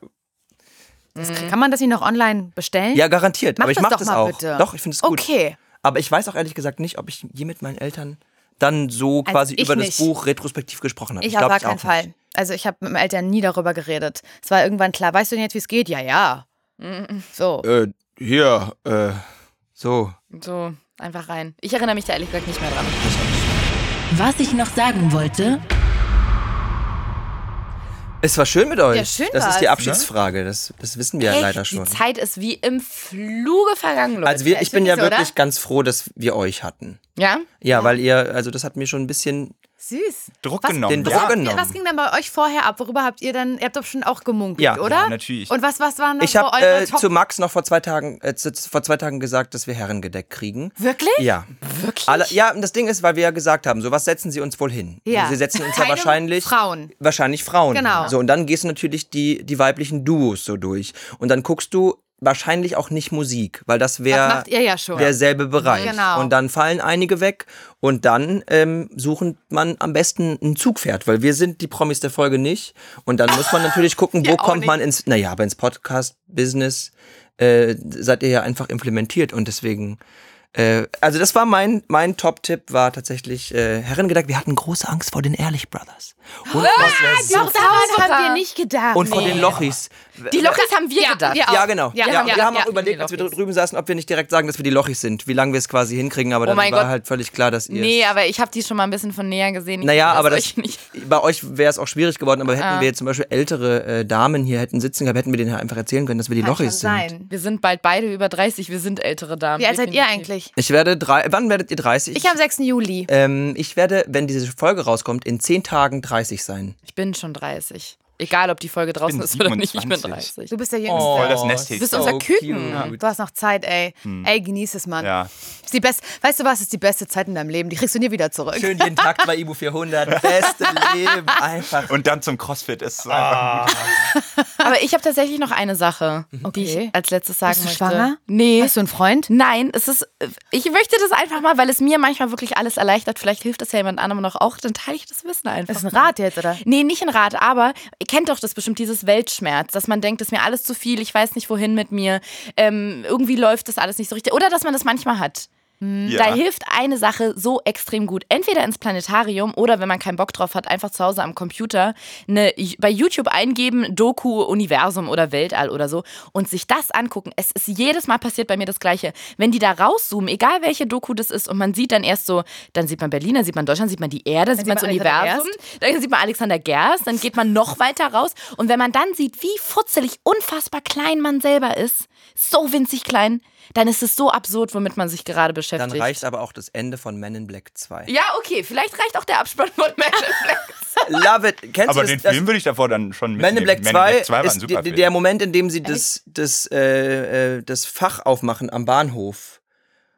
Kann man das nicht noch online bestellen? Ja, garantiert. Mach Aber ich das mach doch das mal auch. bitte. Doch, ich finde es gut. Okay. Aber ich weiß auch ehrlich gesagt nicht, ob ich je mit meinen Eltern dann so quasi ich über das nicht. Buch retrospektiv gesprochen habe. Ich glaub, auf gar keinen auch Fall. nicht. Also ich habe mit meinen Eltern nie darüber geredet. Es war irgendwann klar, weißt du denn jetzt, wie es geht? Ja, ja. So. Äh, hier, äh, so. So, einfach rein. Ich erinnere mich da ehrlich gesagt nicht mehr dran. Was ich noch sagen wollte, Es war schön mit euch. Ja, schön das war's, ist die Abschiedsfrage. Das, das wissen wir ja leider Echt, schon. Die Zeit ist wie im Fluge vergangen, Leute. Also wir, ich Ist bin ja wirklich so, wirklich ganz froh, dass wir euch hatten. Oder? Ja? Ja, weil ihr, also das hat mir schon ein bisschen Süß. Druck Was- genommen. den ja. Druck genommen. Ja, was ging denn bei euch vorher ab? Worüber habt ihr dann, ihr habt doch schon auch gemunkelt, Ja, oder? ja, natürlich. Und was, was waren noch Ich so habe eure äh, Top zu Max noch vor zwei Tagen äh, zu, zu- vor zwei Tagen gesagt, dass wir Herrengedeck kriegen. Wirklich? Ja. Wirklich? Alle, ja, und das Ding ist, weil wir ja gesagt haben, so was setzen sie uns wohl hin? Also Ja. Sie setzen uns ja Keine wahrscheinlich Frauen. Wahrscheinlich Frauen. Genau. So und dann gehst du natürlich die die weiblichen Duos so durch und dann guckst du wahrscheinlich auch nicht Musik, weil das Das wäre macht ihr ja schon. derselbe Bereich. Genau. Und dann fallen einige weg und dann ähm, suchen man am besten ein Zugpferd, weil wir sind die Promis der Folge nicht. Und dann muss man natürlich gucken, wo <laughs> Ja, auch kommt nicht. man ins, naja, aber ins Podcast-Business äh, seid ihr ja einfach implementiert und deswegen. Äh, also das war mein, mein Top-Tipp, war tatsächlich äh, Herrengedanken. Wir hatten große Angst vor den Ehrlich Brothers. Und, was wär so- Doch, daran Zauberer. habt ihr nicht gedacht. und von den Lochis. Die Lockers haben wir gedacht. wir auch. Ja, genau. Ja, Ja, wir haben, ja, wir haben ja. auch überlegt, als wir Die Lochis. drüben saßen, ob wir nicht direkt sagen, dass wir die Lochis sind, wie lange wir es quasi hinkriegen, Oh aber dann war mein Gott. halt völlig klar, dass ihr. Nee, es- aber ich habe die schon mal ein bisschen von näher gesehen. Ich naja, weiß aber das, euch nicht. bei euch wäre es auch schwierig geworden, aber hätten wir jetzt zum Beispiel ältere äh, Damen hier hätten sitzen gehabt, hätten wir denen halt einfach erzählen können, dass wir die Kann schon Lochis sind. sein. Wir sind bald beide über 30, wir sind ältere Damen. Wie alt seid ihr Definitiv. eigentlich? Ich werde drei, wann werdet ihr 30? Ich am 6. Juli. ähm, ich werde, wenn diese Folge rauskommt, in zehn Tagen 30 sein. Ich bin schon 30. Egal, ob die Folge draußen bin ist oder nicht, ich bin 27. 30. Du bist der oh, Jüngste. Voll das Nesthäkchen. bist unser Küken. Du hast noch Zeit, ey. Hm. Ey, genieß es, Mann. Ja. Ist die best weißt du was, ist die beste Zeit in deinem Leben. Die kriegst du nie wieder zurück. Schön jeden Tag bei Ibu 400. Beste Leben. Einfach. Und dann zum Crossfit ist Oh, ah, es einfach. Aber ich habe tatsächlich noch eine Sache, die Okay. ich als letztes sagen Bist du möchte. schwanger? Nee. Hast du einen Freund? Nein, es ist. äh, Ich möchte das einfach mal, weil es mir manchmal wirklich alles erleichtert. Vielleicht hilft das ja jemand anderem noch auch. Dann teile ich das Wissen einfach. Das ist ein mal. Rat jetzt, oder? Nee, nicht ein Rat, aber ihr kennt doch das bestimmt, dieses Weltschmerz, dass man denkt, das ist mir alles zu viel, ich weiß nicht wohin mit mir, ähm, irgendwie läuft das alles nicht so richtig. Oder dass man das manchmal hat. Da Ja. hilft eine Sache so extrem gut. Entweder ins Planetarium oder wenn man keinen Bock drauf hat, einfach zu Hause am Computer eine, bei YouTube eingeben, Doku, Universum oder Weltall oder so und sich das angucken. Es ist jedes Mal passiert bei mir das Gleiche. Wenn die da rauszoomen, egal welche Doku das ist und man sieht dann erst so, dann sieht man Berlin, dann sieht man Deutschland, sieht man die Erde, dann sieht man das sieht man Alexander Universum, dann sieht man Alexander Gerst, dann geht man noch weiter raus und wenn man dann sieht, wie futzelig, unfassbar klein man selber ist, so winzig klein, dann ist es so absurd, womit man sich gerade beschäftigt Dann reicht beschäftigt. aber auch das Ende von Men in Black 2. ja, okay, vielleicht reicht auch der Abspann von Man <laughs> in Black. Love it. Kennst du Aber das, den das, Film würde ich davor dann schon mitnehmen. Men in Black 2 ist super der, der Moment, in dem sie das, das, äh, äh, das Fach aufmachen am Bahnhof.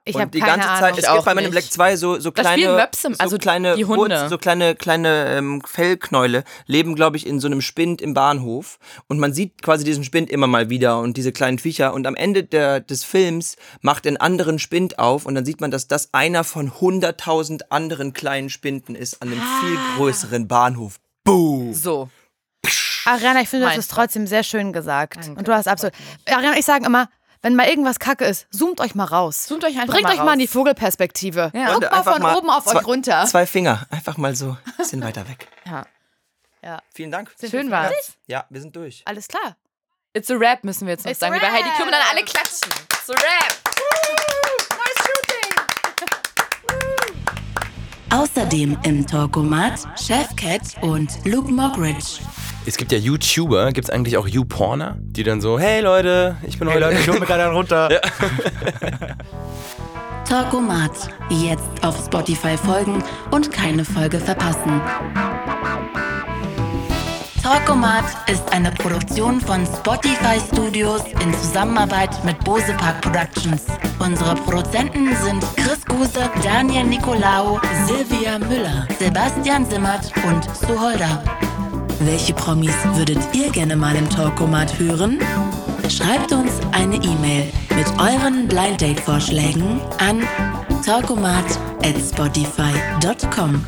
Ich habe und die keine ganze Ahnung. Zeit, es Ich gibt auch bei Men in nicht. Black 2 so, so Da kleine, spielen Möpse, also so kleine, die Hunde. Wurz- so kleine, kleine ähm, Fellknäule leben, glaube ich, in so einem Spind im Bahnhof. Und man sieht quasi diesen Spind immer mal wieder und diese kleinen Viecher. Und am Ende der, des Films macht ein anderen Spind auf und dann sieht man, dass das einer von 100.000 anderen kleinen Spinden ist an einem Ah. viel größeren Bahnhof. Boom! So. Ariana, ich finde, du hast Meinst es trotzdem sehr schön gesagt. Danke, Und du hast absolut. Ariana, ich sage immer, wenn mal irgendwas kacke ist, zoomt euch mal raus. Zoomt euch einfach Bringt mal euch mal in raus. die Vogelperspektive. Ja. Guckt mal Einfach von oben auf zwei, euch runter. Zwei Finger, einfach mal so ein bisschen <laughs> weiter weg. Ja. Vielen Dank. Schön war's. Ja, wir sind durch. Alles klar. It's a Rap müssen wir jetzt noch It's sagen. a Wie bei Heidi Rap. Klum und dann alle klatschen. It's a Rap. Außerdem im Talkomat Chefcat und Luke Mockridge. Es gibt ja YouTuber, gibt es eigentlich auch YouPorner, die dann so, hey Leute, ich bin heute. ich hole mir gerade einen runter. Talkomat. Jetzt auf Spotify folgen und keine Folge verpassen. Talkomat ist eine Produktion von Spotify Studios in Zusammenarbeit mit Bose Park Productions. Unsere Produzenten sind Chris Guse, Daniel Nicolaou, Silvia Müller, Sebastian Simmert und Sue Holder. Welche Promis würdet ihr gerne mal im Talkomat hören? Schreibt uns eine E-Mail mit euren Blind Date Vorschlägen an talkomat@spotify.com.